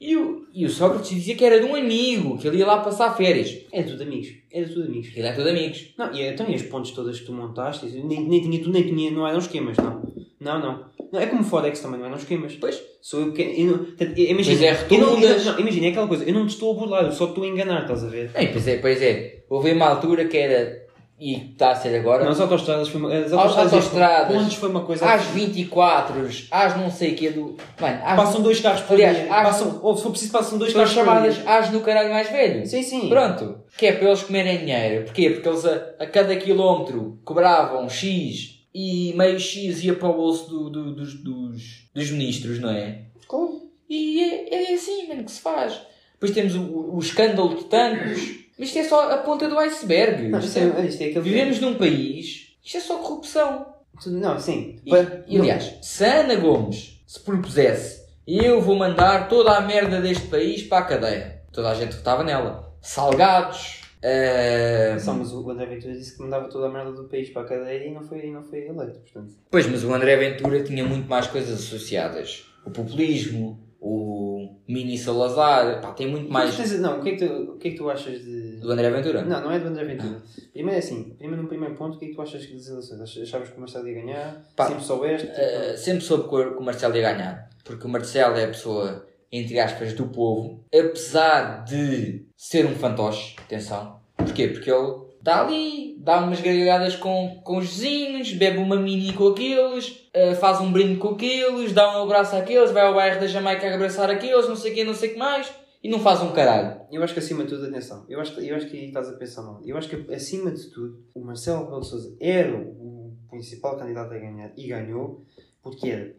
Speaker 2: e o, e o Sócrates dizia que era de um amigo, que ele ia lá passar férias.
Speaker 1: Era tudo amigos. Era tudo amigos.
Speaker 2: Ele é todo amigos.
Speaker 1: Não, e então e as pontes todas que tu montaste, isso, nem, nem tinha tu, nem tinha, não eram esquemas, não. Não, não. Não, é como o Forex também, não eram esquemas.
Speaker 2: Pois.
Speaker 1: Sou eu que. Eu não, portanto, eu- imagina,
Speaker 2: Pois é,
Speaker 1: eu não, eu,
Speaker 2: rotundas.
Speaker 1: não, imagina, é aquela coisa, eu não te estou a burlar, eu só te estou a enganar, estás a ver?
Speaker 2: Ei, pois é, pois é. Houve uma altura que era, e está a ser agora,
Speaker 1: Não, as autostradas foi uma. As
Speaker 2: As
Speaker 1: autostradas.
Speaker 2: autostradas.
Speaker 1: Pontes foi uma coisa.
Speaker 2: às 24, às não sei quê do... Mano, às
Speaker 1: Passam dois carros por
Speaker 2: Aliás,
Speaker 1: dia.
Speaker 2: há-
Speaker 1: Passam, ou se for preciso, passam dois
Speaker 2: são
Speaker 1: carros
Speaker 2: chamadas
Speaker 1: por
Speaker 2: às no caralho mais velho.
Speaker 1: dia. Sim, sim.
Speaker 2: Pronto, que é para eles comerem dinheiro. Porquê? Porque eles a, a cada quilómetro cobravam X e meio X ia para o bolso do- do- dos, dos, dos ministros, não é?
Speaker 1: Como?
Speaker 2: E é, é assim, mano, que se faz. Depois temos o, o escândalo de tanques. Mas isto é só a ponta do iceberg.
Speaker 1: Não, isto
Speaker 2: isto
Speaker 1: é, isto é
Speaker 2: é-
Speaker 1: aquele.
Speaker 2: vivemos num país, isto é só corrupção.
Speaker 1: Tu- Não, sim.
Speaker 2: E,
Speaker 1: Pa-
Speaker 2: e, aliás, se a Ana Gomes se propusesse, eu vou mandar toda a merda deste país para a cadeia. Toda a gente votava nela. Salgados. ah,
Speaker 1: Só, mas o André Ventura disse que mandava toda a merda do país para a cadeia e não foi, e não foi eleito, portanto.
Speaker 2: Pois, mas o André Ventura tinha muito mais coisas associadas. O populismo, o mini Salazar, pá, tem muito mais
Speaker 1: Mas, não, o que, é que tu, o que é que tu achas de.
Speaker 2: do André Ventura.
Speaker 1: Não, não é do André Ventura. Primeiro é assim, primeiro no primeiro ponto, o que é que tu achas das eleições? Ach- Achavas que o Marcelo ia ganhar?
Speaker 2: Pá.
Speaker 1: Sempre soubeste? Tipo,
Speaker 2: Ah, sempre soube que o que o Marcelo ia ganhar, porque o Marcelo é a pessoa, entre aspas, do povo, apesar de ser um fantoche, atenção. Porquê? Porque ele está ali, dá umas gargalhadas com, com os vizinhos, bebe uma mini com aqueles, ah, faz um brinde com aqueles, dá um abraço àqueles, vai ao bairro da Jamaica abraçar aqueles, não sei o que, não sei o que mais, e não faz um caralho.
Speaker 1: Eu acho que acima de tudo, atenção, eu acho, eu acho que aí estás a pensar mal. Eu acho que acima de tudo, o Marcelo Rebelo de Sousa era o principal candidato a ganhar e ganhou porque era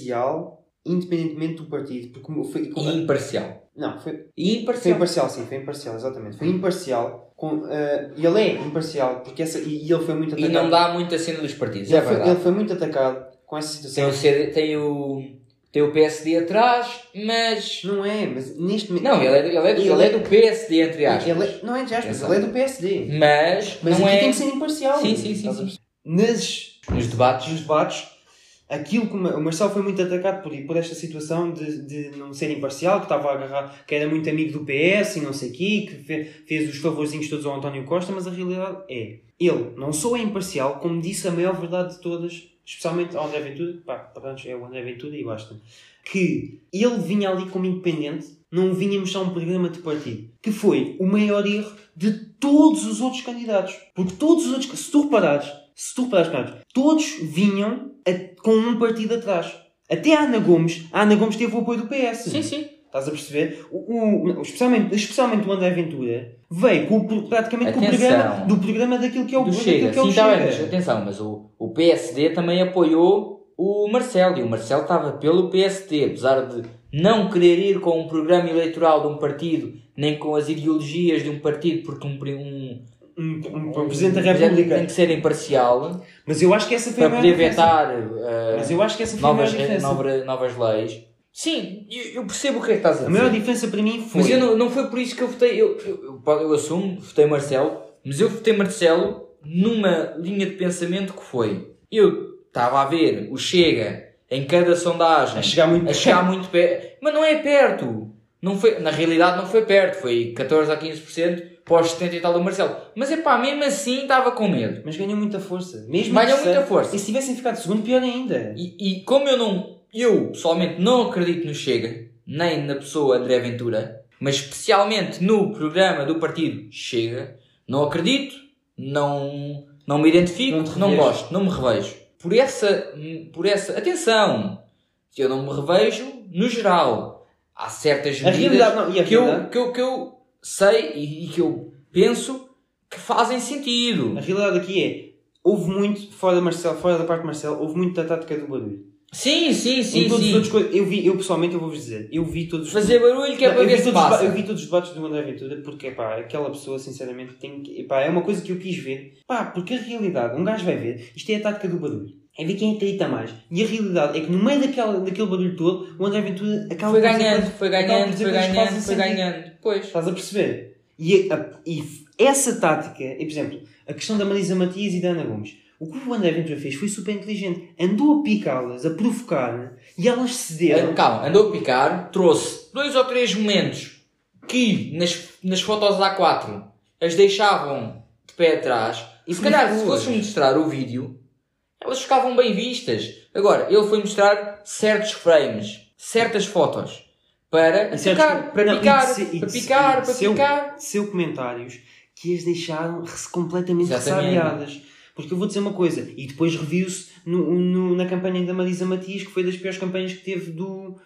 Speaker 1: parcial, independentemente do partido. Porque como foi,
Speaker 2: E imparcial.
Speaker 1: Não, foi,
Speaker 2: E
Speaker 1: foi
Speaker 2: imparcial.
Speaker 1: imparcial, sim, foi imparcial, exatamente. Foi imparcial. Com, ah, ele é imparcial porque essa, e, e ele foi muito
Speaker 2: E
Speaker 1: atacado.
Speaker 2: não dá muito a cena dos partidos,
Speaker 1: ele,
Speaker 2: é
Speaker 1: foi,
Speaker 2: verdade.
Speaker 1: ele foi muito atacado com essa
Speaker 2: Tem
Speaker 1: situação.
Speaker 2: o, CD tem o, tem o PSD atrás, mas.
Speaker 1: Não é, mas neste momento.
Speaker 2: Não, ele é, do- ele é, do-
Speaker 1: Ele-
Speaker 2: ele é do PSD, entre aspas.
Speaker 1: Ele é- não é de aspas,
Speaker 2: Exato.
Speaker 1: ele é do PSD.
Speaker 2: Mas,
Speaker 1: Mas
Speaker 2: não
Speaker 1: aqui
Speaker 2: é.
Speaker 1: tem que ser imparcial.
Speaker 2: Sim, sim, sim,
Speaker 1: Estás a
Speaker 2: sim.
Speaker 1: perceber? Nas,
Speaker 2: Nos debates.
Speaker 1: nos debates, aquilo que o Ma- o Marcelo foi muito atacado por, por esta situação de, de não ser imparcial, que estava a agarrar, que era muito amigo do PS e não sei o quê, que fe- fez os favorzinhos todos ao António Costa, mas a realidade é, ele não só é imparcial, como disse a maior verdade de todas, especialmente ao André Ventura, pá, pronto, é o André Ventura e basta, que ele vinha ali como independente, não vinha mostrar um programa de partido, que foi o maior erro de todos os outros candidatos. Porque todos os outros, se tu reparares, se tu reparares, Carlos, todos vinham a- com um partido atrás. Até a Ana Gomes, a Ana Gomes teve o apoio do PS.
Speaker 2: Sim, sim.
Speaker 1: é? Estás a perceber? O, o- especialmente, especialmente o André Ventura veio com, o pro- praticamente com o
Speaker 2: Atenção.
Speaker 1: programa, do programa daquilo que é o,
Speaker 2: do
Speaker 1: daquilo
Speaker 2: Chega.
Speaker 1: que é o
Speaker 2: Sim, tá bem,
Speaker 1: Chega.
Speaker 2: mas atenção, mas o, o PSD também apoiou o Marcelo. E o Marcelo estava pelo PSD, apesar de não querer ir com um programa eleitoral de um partido, nem com as ideologias de um partido, porque um. pri- um
Speaker 1: Um, um- um Presidente da
Speaker 2: Tem
Speaker 1: República.
Speaker 2: que ser imparcial
Speaker 1: Mas eu acho que essa foi a
Speaker 2: para
Speaker 1: maior
Speaker 2: poder
Speaker 1: diferença.
Speaker 2: vetar. ah,
Speaker 1: Mas eu acho que essa foi a maior
Speaker 2: novas, re-
Speaker 1: diferença.
Speaker 2: nova- novas leis. Sim, eu, eu percebo o que é que estás a
Speaker 1: A
Speaker 2: dizer.
Speaker 1: maior diferença para mim foi...
Speaker 2: mas eu não, não foi por isso que eu votei. Eu, eu, eu, eu assumo, votei Marcelo, mas eu votei Marcelo numa linha de pensamento que foi. Eu estava a ver o Chega em cada sondagem
Speaker 1: A chegar muito
Speaker 2: a chegar muito perto, mas não é perto. Não foi, na realidade, não foi perto, foi 14 a 15% pós 70 e tal do Marcelo. Mas é pá, mesmo assim estava com medo.
Speaker 1: Mas ganham muita força. Mesmo
Speaker 2: Ganham
Speaker 1: em
Speaker 2: muita
Speaker 1: terceiro.
Speaker 2: força.
Speaker 1: E se tivessem ficado segundo, pior ainda.
Speaker 2: E, e como eu não, eu pessoalmente não acredito no Chega, nem na pessoa André Ventura, mas especialmente no programa do partido Chega, não acredito, não, não me identifico,
Speaker 1: Não te
Speaker 2: não,
Speaker 1: revejo.
Speaker 2: gosto, não me revejo. Por essa, por essa, atenção, Eu não me revejo no geral. Há certas
Speaker 1: A realidade
Speaker 2: medidas
Speaker 1: não. E a
Speaker 2: que eu,
Speaker 1: realidade?
Speaker 2: que, eu, que eu sei e, e que eu penso que fazem
Speaker 1: A
Speaker 2: sentido.
Speaker 1: realidade aqui é. Houve muito, fora da Marcelo, fora da parte de Marcelo, houve muito da tática do barulho.
Speaker 2: Sim, sim,
Speaker 1: em
Speaker 2: sim,
Speaker 1: todos os
Speaker 2: sim.
Speaker 1: outros coisas. Eu vi, eu pessoalmente, eu vou-vos dizer, eu vi todos os.
Speaker 2: Fazer barulho que é
Speaker 1: Não,
Speaker 2: para
Speaker 1: eu, vi
Speaker 2: ver se
Speaker 1: todos os deba- eu
Speaker 2: passa.
Speaker 1: vi todos os debates do André Ventura porque, pá, aquela pessoa, sinceramente, tem que, pá, é uma coisa que eu quis ver. Pá, porque a realidade, um gajo vai ver, isto é a tática do barulho. É ver quem acredita mais. E a realidade é que no meio daquela, daquele barulho todo, o André Ventura acaba
Speaker 2: Foi
Speaker 1: por dizer
Speaker 2: ganhando,
Speaker 1: coisas-
Speaker 2: foi
Speaker 1: acaba por
Speaker 2: ganhando,
Speaker 1: dizer
Speaker 2: foi
Speaker 1: coisas que
Speaker 2: ganhando,
Speaker 1: fazem
Speaker 2: foi
Speaker 1: sentido.
Speaker 2: ganhando. Pois.
Speaker 1: Estás a perceber? E, a- a- e f- essa tática, e, por exemplo, a questão da Marisa Matias e da Ana Gomes. O que o André Ventura fez foi super inteligente. Andou a picá-las, a provocar e elas cederam.
Speaker 2: Ah, Calma, andou a picar, trouxe dois ou três momentos que nas, nas fotos A4 as deixavam de pé atrás. E se
Speaker 1: Sim,
Speaker 2: calhar, se
Speaker 1: boas.
Speaker 2: fosse mostrar o vídeo, elas ficavam bem vistas. Agora, ele foi mostrar certos frames, certas fotos, para
Speaker 1: E certos-
Speaker 2: picar, para
Speaker 1: não, e
Speaker 2: picar,
Speaker 1: de se- e
Speaker 2: para
Speaker 1: de se- e
Speaker 2: picar,
Speaker 1: de
Speaker 2: para
Speaker 1: seu-
Speaker 2: picar.
Speaker 1: Seu comentários que as deixaram res- completamente
Speaker 2: Exatamente.
Speaker 1: ressabiadas. Porque eu vou dizer uma coisa, e depois reviu-se no- no- na campanha da Marisa Matias, que foi das piores campanhas que teve do,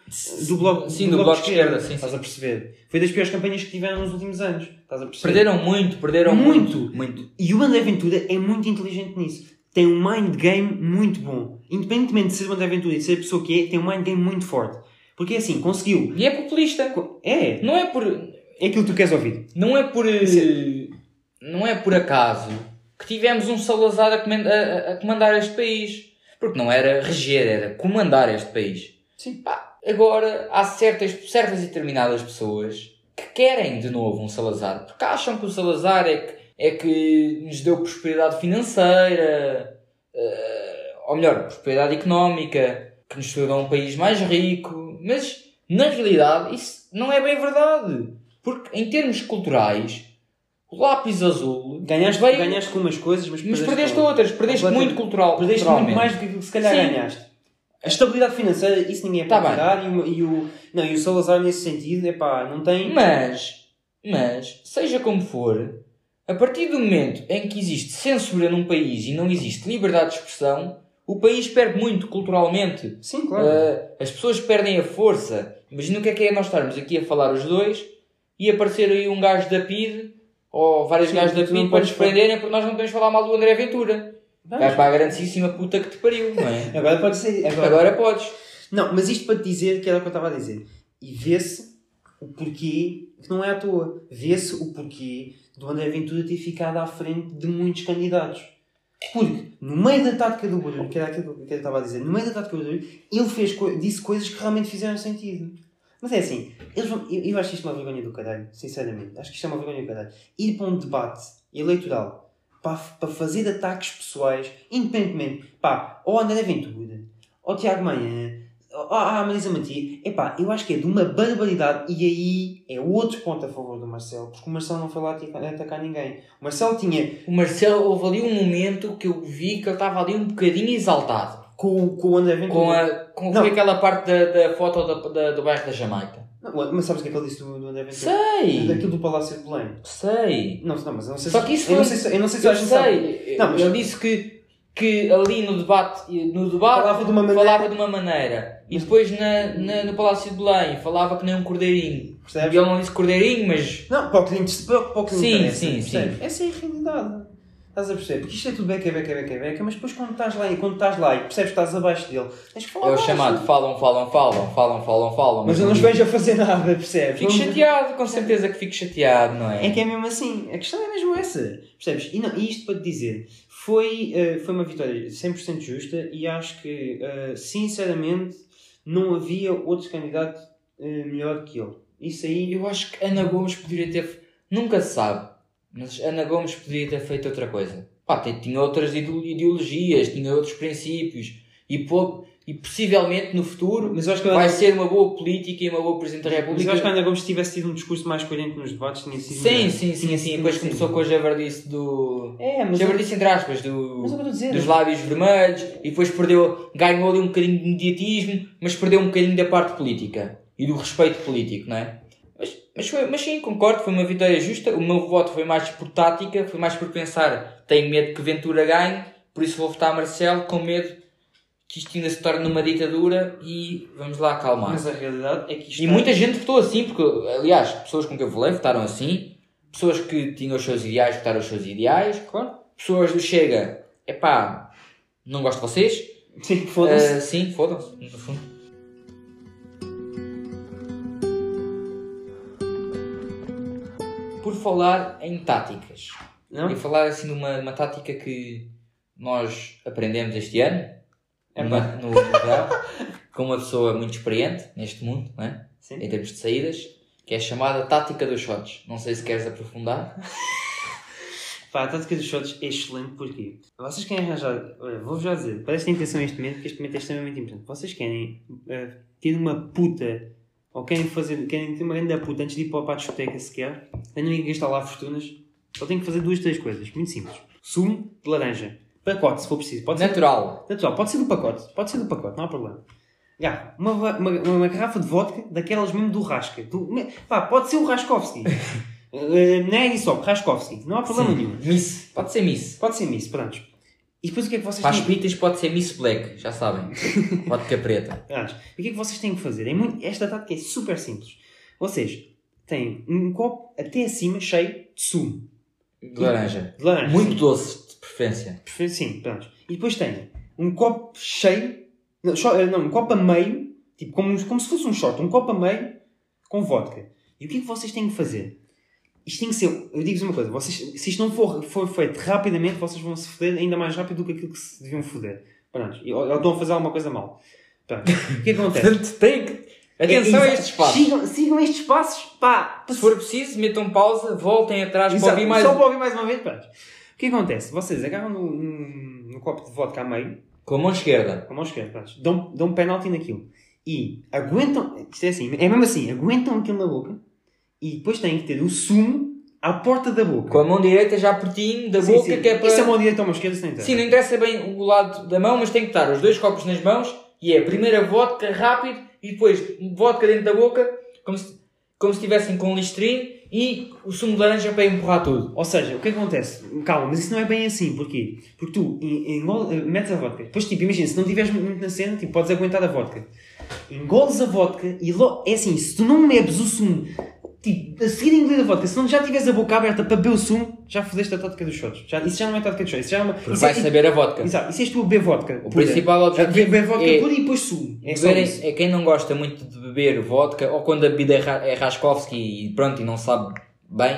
Speaker 1: do bloco
Speaker 2: Sim, do, bloco de esquerda, sim,
Speaker 1: Estás
Speaker 2: sim.
Speaker 1: a perceber? Foi das piores campanhas que tiveram nos últimos anos. Estás a perceber?
Speaker 2: Perderam muito, perderam
Speaker 1: Muito.
Speaker 2: muito. muito.
Speaker 1: E o André Ventura é muito inteligente nisso. Tem um mind game muito bom. Independentemente de ser o André Ventura e de ser a pessoa que é, tem um mind game muito forte. Porque é assim, conseguiu.
Speaker 2: E é populista.
Speaker 1: Co- É,
Speaker 2: Não é por,
Speaker 1: é aquilo que tu queres ouvir.
Speaker 2: Não é por. eh, Não é por acaso que tivemos um Salazar a, comen- a- a- a comandar este país. Porque não era reger, era comandar este país.
Speaker 1: Sim.
Speaker 2: Pá, agora há certas, certas e determinadas pessoas que querem de novo um Salazar. Porque acham que o Salazar é que, é que nos deu prosperidade financeira, eh, ou melhor, prosperidade económica, que nos tornou um país mais rico. Mas na realidade isso não é bem verdade. Porque em termos culturais, o lápis azul
Speaker 1: Ganhaste,
Speaker 2: veio-
Speaker 1: ganhaste com umas coisas, mas
Speaker 2: mas
Speaker 1: perdeste,
Speaker 2: perdeste
Speaker 1: com outras.
Speaker 2: outras, perdeste
Speaker 1: Completamente.
Speaker 2: muito cultural.
Speaker 1: Perdeste muito
Speaker 2: culturalmente.
Speaker 1: mais do que aquilo que se calhar
Speaker 2: Sim.
Speaker 1: ganhaste. A estabilidade financeira, isso ninguém é
Speaker 2: Tá
Speaker 1: para tirar. E, o- e o, não, e o Salazar, nesse sentido, é pá, não tem.
Speaker 2: Mas, mas, seja como for, a partir do momento em que existe censura num país e não existe liberdade de expressão, o país perde muito culturalmente.
Speaker 1: Sim, claro.
Speaker 2: Ah, as pessoas perdem a força. Imagina o que é que é nós estarmos aqui a falar os dois e aparecer aí um gajo da PID ou vários
Speaker 1: Sim,
Speaker 2: gajos da
Speaker 1: tu não
Speaker 2: PID para nos
Speaker 1: podes falar.
Speaker 2: prenderem porque nós não podemos falar mal do André Ventura.
Speaker 1: Vamos.
Speaker 2: Vai para a grandíssima puta que te pariu, não é?
Speaker 1: Agora pode ser.
Speaker 2: Agora podes.
Speaker 1: Não, mas isto para te dizer que era o que eu estava a dizer. E vê-se o porquê, que não é à toa, vê-se o porquê do André Ventura ter ficado à frente de muitos candidatos. Porque no meio da tática do barulho, que era aquilo que eu estava a dizer, no meio da tática do barulho, ele fez, co- disse coisas que realmente fizeram sentido. Mas é assim, eles vão, eu, eu acho isto uma vergonha do caralho, sinceramente. Acho que isto é uma vergonha do caralho. Ir para um debate eleitoral para, para fazer ataques pessoais, independentemente, pá, ou André Ventura, ou Tiago Manhã, ah, ah, Marisa Matias, epá, eu acho que é de uma barbaridade e aí é outro ponto a favor do Marcelo, porque o Marcelo não foi lá ati- atacar ninguém. O Marcelo tinha,
Speaker 2: O Marcelo, houve ali um momento que eu vi que ele estava ali um bocadinho exaltado.
Speaker 1: com, o- com o André Ventura...
Speaker 2: Com, a, com
Speaker 1: Não.
Speaker 2: foi aquela parte da, da foto da, da- do bairro da Jamaica.
Speaker 1: Não, mas sabes o que é que ele disse do, do André Ventura?
Speaker 2: Sei!
Speaker 1: Daquilo do Palácio de Belém.
Speaker 2: Sei!
Speaker 1: Não, não, mas eu não sei
Speaker 2: Só
Speaker 1: se...
Speaker 2: que isso
Speaker 1: eu não
Speaker 2: foi-
Speaker 1: sei se, eu não sei se
Speaker 2: Eu
Speaker 1: acho que sabe.
Speaker 2: sei!
Speaker 1: Não, mas-
Speaker 2: Ele disse que, que ali no debate, no debate
Speaker 1: Falava de uma maneira-
Speaker 2: falava de uma maneira. E depois na, na- no Palácio de Belém falava que nem um cordeirinho. E
Speaker 1: Percebes?
Speaker 2: ele não disse cordeirinho, mas.
Speaker 1: Não, para o que lhe interessa- para o- para o que lhe
Speaker 2: Sim,
Speaker 1: interessa,
Speaker 2: sim, sim.
Speaker 1: percebes? Essa é a realidade. Estás a perceber? Porque isto é tudo beca, beca, beca, beca, mas depois quando estás lá e quando estás lá e percebes que estás abaixo dele, tens que falar
Speaker 2: É o
Speaker 1: baixo.
Speaker 2: chamado falam, falam, falam, falam, falam, falam.
Speaker 1: Mas eu não os vejo a fazer nada, percebes?
Speaker 2: Fico
Speaker 1: Não-
Speaker 2: chateado, com certeza que fico chateado, não
Speaker 1: É que é mesmo assim. A questão é mesmo essa. Percebes? E, não, e isto para te dizer, foi, eh, foi uma vitória 100% justa e acho que, eh, sinceramente, não havia outro candidato eh, melhor que ele. Isso aí.
Speaker 2: Eu acho que Ana Gomes poderia ter. fe- Nunca se sabe, mas Ana Gomes poderia ter feito outra coisa. Pá, te- tinha outras ideo- ideologias, tinha outros princípios e, po- e possivelmente no futuro
Speaker 1: Mas eu acho que,
Speaker 2: vai ser uma boa política e uma boa Presidente
Speaker 1: mas
Speaker 2: da
Speaker 1: eu acho é que a
Speaker 2: República.
Speaker 1: Ana Gomes, se tivesse tido um discurso mais coerente nos debates, tinha sido.
Speaker 2: Sim,
Speaker 1: melhor.
Speaker 2: sim, sim,
Speaker 1: Tinha
Speaker 2: sim.
Speaker 1: sido
Speaker 2: Depois
Speaker 1: assim.
Speaker 2: começou com a javardice do.
Speaker 1: É, mas. eu-
Speaker 2: Javardice entre aspas,
Speaker 1: Mas é eu
Speaker 2: do.
Speaker 1: vou dizer. né?
Speaker 2: Dos lábios vermelhos, e depois perdeu, ganhou ali um bocadinho de mediatismo, mas perdeu um bocadinho da parte política e do respeito político, não é? Mas, mas, foi- mas sim, concordo, foi uma vitória justa. O meu voto foi mais por tática, foi mais por pensar. Tenho medo que Ventura ganhe, por isso vou votar Marcelo, com medo que isto ainda se torne numa ditadura e vamos lá acalmar.
Speaker 1: Mas a realidade é que isto
Speaker 2: E
Speaker 1: está-
Speaker 2: muita gente votou assim, porque, aliás, pessoas com quem eu falei votaram assim, pessoas que tinham os seus ideais votaram os seus ideais,
Speaker 1: Claro.
Speaker 2: pessoas do Chega, epá, não gosto de vocês,
Speaker 1: Sim, foda-se.
Speaker 2: Ah, sim, fodam-se, no fundo. Por falar em táticas,
Speaker 1: Não?
Speaker 2: e falar assim numa uma tática que nós aprendemos este ano,
Speaker 1: É
Speaker 2: numa- no, no verão, com uma pessoa muito experiente neste mundo, não é?
Speaker 1: Sim.
Speaker 2: em termos de saídas, que é a chamada tática dos shots. Não sei se queres aprofundar.
Speaker 1: Pá, a tática dos shots é excelente porque vocês querem arranjar. Olha, vou-vos já dizer, prestem atenção a este momento, porque este momento é extremamente importante. Vocês querem eh, ter uma puta, ou querem, fazer, querem ter uma grande puta antes de ir para para a discoteca sequer, tenham que gastar lá fortunas, só têm que fazer duas, três coisas, muito simples: sumo de laranja, pacote se for preciso, pode ser.
Speaker 2: Natural.
Speaker 1: Natural, pode ser do pacote, pode ser do pacote, não há problema. Garrafa, uma, va- uma, uma garrafa de vodka, daquelas mesmo do Rasca. Do, me- pá, pode ser o Raskovski. Eh, não é isso, Raskovski, não há problema nenhum.
Speaker 2: Miss. Pode ser Miss.
Speaker 1: Pode ser Miss, pronto. E depois o que é que vocês
Speaker 2: Para as
Speaker 1: têm
Speaker 2: pitas pode ser Miss Black, já sabem. Vodka preta.
Speaker 1: Aliás, o que é que vocês têm que fazer? É muito- Esta tática é super simples. Vocês têm um copo até acima cheio de sumo.
Speaker 2: De laranja.
Speaker 1: De laranja.
Speaker 2: Muito doce, de preferência.
Speaker 1: Prefe- Sim, assim, pronto. E depois têm um copo cheio. Não, só- não, um copo a meio, tipo como, como se fosse um shot, um copo a meio com vodka. E o que é que vocês têm que fazer? Isto tem que ser. Eu digo-vos uma coisa, vocês, se isto não for, for feito rapidamente, vocês vão se foder ainda mais rápido do que aquilo que se deviam foder. Pronto. E- Ou, ou estão a fazer alguma coisa mal. Pronto. O que é que acontece?
Speaker 2: Portanto, tem que... Atenção a
Speaker 1: Exato.
Speaker 2: estes passos.
Speaker 1: Sigam, sigam estes passos, pá!
Speaker 2: Se for preciso, metam pausa, voltem atrás para
Speaker 1: Exato,
Speaker 2: ouvir mais um.
Speaker 1: Só para ouvir mais uma vez, pronto. O que acontece? Vocês agarram no, no- no copo de vodka a meio,
Speaker 2: com a mão esquerda.
Speaker 1: com a mão esquerda, pronto, dão, dão um penalti naquilo. E aguentam, isto é assim, é mesmo assim, aguentam aquilo na boca e depois têm que ter o sumo à porta da boca.
Speaker 2: Com a mão direita já pertinho da
Speaker 1: Sim,
Speaker 2: boca,
Speaker 1: sim.
Speaker 2: que é para...
Speaker 1: Isso é mão direita ou mão esquerda, sem
Speaker 2: Sim, não interessa bem o lado da mão, mas tem que estar os dois copos nas mãos e é a primeira vodka rápido e depois vodka dentro da boca, como se, como se estivessem com listrinho e o sumo de laranja para empurrar tudo.
Speaker 1: Ou seja, o que é que acontece? Calma, mas isso não é bem assim. Porquê? Porque tu en- engol- eh, metes a vodka. Depois, tipo, imagina, se não tiveres muito na cena, tipo, podes aguentar a vodka. Engoles a vodka e logo... É assim, se tu não bebes o sumo, tipo, a seguir a engolir a vodka, se não já tiveres a boca aberta para beber o sumo, já fodeste a tática dos shots. Já, isso já não é tática dos shots. Isso já é uma...
Speaker 2: Porque
Speaker 1: isso
Speaker 2: vai
Speaker 1: é,
Speaker 2: saber a vodka.
Speaker 1: Exato. Isso és tu a beber vodka.
Speaker 2: O
Speaker 1: pura.
Speaker 2: principal
Speaker 1: A beber,
Speaker 2: objetivo
Speaker 1: beber vodka
Speaker 2: é-
Speaker 1: pura e depois sumo. É só isso.
Speaker 2: Beberem- é quem não gosta muito de beber vodka ou quando a bebida é ra- é Raskovski e pronto, e não sabe bem,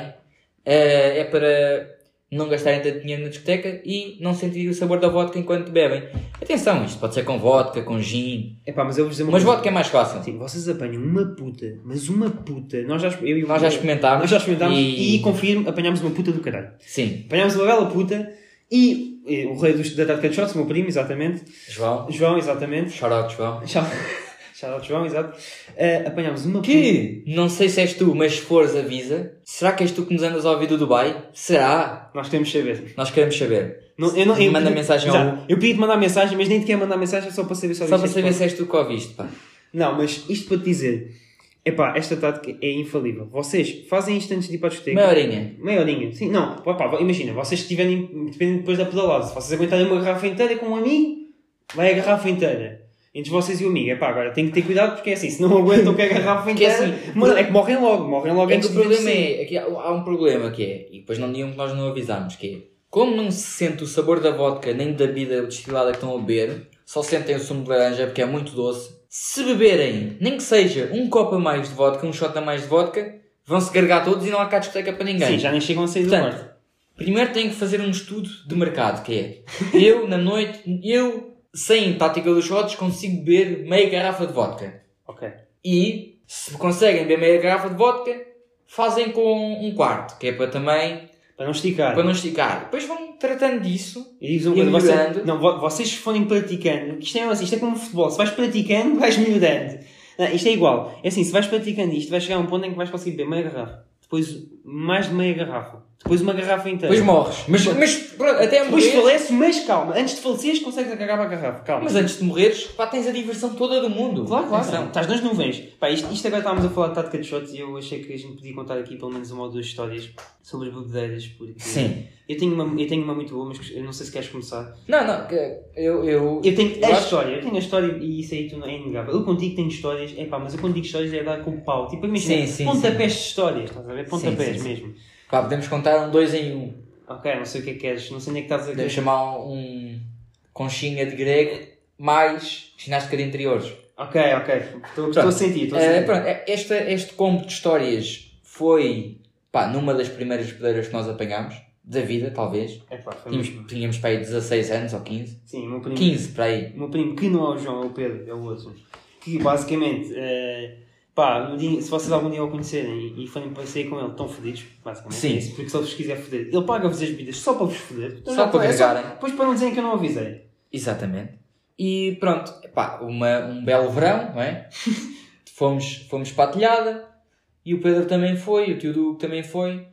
Speaker 2: eh, é para não gastarem tanto dinheiro na discoteca e não sentir o sabor da vodka enquanto bebem. Atenção, isto pode ser com vodka, com gin,
Speaker 1: Epá, mas eu vou dizer uma
Speaker 2: mas
Speaker 1: coisa.
Speaker 2: vodka é mais fácil.
Speaker 1: Sim, vocês apanham uma puta, mas uma puta. Nós já, eu e o-
Speaker 2: Nós já experimentámos.
Speaker 1: Nós já experimentámos e,
Speaker 2: E-
Speaker 1: confirmo, apanhámos uma puta do caralho.
Speaker 2: Sim,
Speaker 1: Apanhámos uma bela puta e, eh, o rei dos, da Tática de Shots, o meu primo, exatamente,
Speaker 2: João.
Speaker 1: João, exatamente,
Speaker 2: Shout out, João.
Speaker 1: Shout- shout out João, exato, Eh, apanhámos uma puta.
Speaker 2: Que não sei se és tu, mas se fores, avisa. Será que és tu que nos andas a ouvir do Dubai? Será?
Speaker 1: Nós queremos saber.
Speaker 2: Nós queremos saber.
Speaker 1: Não, eu não, eu
Speaker 2: Manda
Speaker 1: pedi-
Speaker 2: mensagem ao-
Speaker 1: Exato. Eu pedi-te mandar mensagem, mas nem te quero mandar mensagem só para saber se
Speaker 2: Só para
Speaker 1: ouviste
Speaker 2: saber
Speaker 1: este
Speaker 2: se és tu que ouviste, pá.
Speaker 1: podcast. Não, mas isto para te dizer, epá, esta tática é infalível. Vocês fazem isto antes de ir para a discoteca.
Speaker 2: Meia horinha.
Speaker 1: Meia horinha, sim, não, pá, pá, imagina, vocês estiverem, dependendo depois da pedalada, se vocês aguentarem uma garrafa inteira com um amigo, vai a garrafa inteira. Entre vocês e o amigo, é pá, agora tem que ter cuidado porque é assim, se não aguentam com a garrafa
Speaker 2: Porque é
Speaker 1: inteira,
Speaker 2: assim,
Speaker 1: mano, é que morrem logo, morrem logo
Speaker 2: É que o
Speaker 1: de
Speaker 2: problema
Speaker 1: descer.
Speaker 2: é, é que há, há um problema que é, e depois não digam que nós não avisámos, que é, como não se sente o sabor da vodka nem da bebida destilada que estão a beber, só sentem o sumo de laranja porque é muito doce, se beberem, nem que seja um copo a mais de vodka, um shot a mais de vodka, vão-se gargar todos e não há cá discoteca para ninguém.
Speaker 1: Sim, já nem chegam a sair do
Speaker 2: Portanto,
Speaker 1: quarto.
Speaker 2: Primeiro tenho que fazer um estudo de mercado, que é eu na noite, eu sem tática dos shots consigo beber meia garrafa de vodka.
Speaker 1: Ok.
Speaker 2: E se conseguem beber meia garrafa de vodka, fazem com um quarto, que é para também
Speaker 1: Para não esticar.
Speaker 2: para não esticar. Depois vão tratando disso.
Speaker 1: E digo-vos uma coisa,
Speaker 2: ir
Speaker 1: vocês,
Speaker 2: melhorando.
Speaker 1: não, vo- vocês forem praticando, que isto é, assim, isto é como futebol, se vais praticando, vais melhorando. Não, isto é igual, é assim, se vais praticando isto, vais chegar a um ponto em que vais conseguir beber meia garrafa, depois mais de meia garrafa, Depois uma garrafa inteira.
Speaker 2: Depois morres. Mas, mas pronto, até
Speaker 1: Depois
Speaker 2: morrer.
Speaker 1: falece, mas calma. Antes de faleceres, consegues acabar a garrafa. Calma.
Speaker 2: Mas é- antes de morreres, pá, tens a diversão toda do mundo.
Speaker 1: Claro, claro.
Speaker 2: Atenção.
Speaker 1: Estás nas nuvens. Pá, isto, isto agora estávamos a falar de tática de shots e eu achei que a gente podia contar aqui pelo menos uma ou duas histórias sobre as bebedeiras. Porque
Speaker 2: Sim.
Speaker 1: Eu tenho, uma, eu tenho uma muito boa, mas eu não sei se queres começar.
Speaker 2: Não, não, que- eu. Eu,
Speaker 1: Eu tenho a
Speaker 2: acho-
Speaker 1: história, eu tenho a história e isso aí tu não- é inegável. Eu contigo tenho histórias, é pá, mas eu contigo histórias é dar com o pau. Tipo, imagina,
Speaker 2: Sim, sim,
Speaker 1: pontapés de histórias, estás a ver?
Speaker 2: Sim,
Speaker 1: Pontapés
Speaker 2: sim, sim.
Speaker 1: mesmo.
Speaker 2: Pá, podemos contar um dois em um.
Speaker 1: Ok, não sei o que é que queres, não sei onde é que estás a
Speaker 2: Podemos
Speaker 1: querer.
Speaker 2: chamar um conchinha de grego mais ginástica de interiores.
Speaker 1: Ok, ok, estou estou
Speaker 2: Pronto.
Speaker 1: a sentir, estou a
Speaker 2: Eh,
Speaker 1: sentir.
Speaker 2: pronto, eh, esta, este combo de histórias foi pá, numa das primeiras pedreiras que nós apanhámos, da vida, talvez.
Speaker 1: É pá, foi
Speaker 2: Tínhamos,
Speaker 1: muito bom.
Speaker 2: tínhamos para aí 16 anos ou 15.
Speaker 1: Sim, o meu primo.
Speaker 2: 15 para aí.
Speaker 1: O meu primo, que não é o João, é o Pedro, é o outro. Que basicamente, eh, pá, um dia- se vocês algum dia o conhecerem e, e forem para sair com ele, estão fodidos, basicamente.
Speaker 2: Sim.
Speaker 1: É isso, porque se ele vos quiser foder, ele paga-vos as bebidas só para vos foder. Então
Speaker 2: Só
Speaker 1: já
Speaker 2: para
Speaker 1: está, é
Speaker 2: gregarem.
Speaker 1: Depois para não dizerem que eu não avisei.
Speaker 2: Exatamente. E pronto, pá, uma, um belo verão, não é? fomos, fomos para a telhada e o Pedro também foi, o tio do Hugo também foi.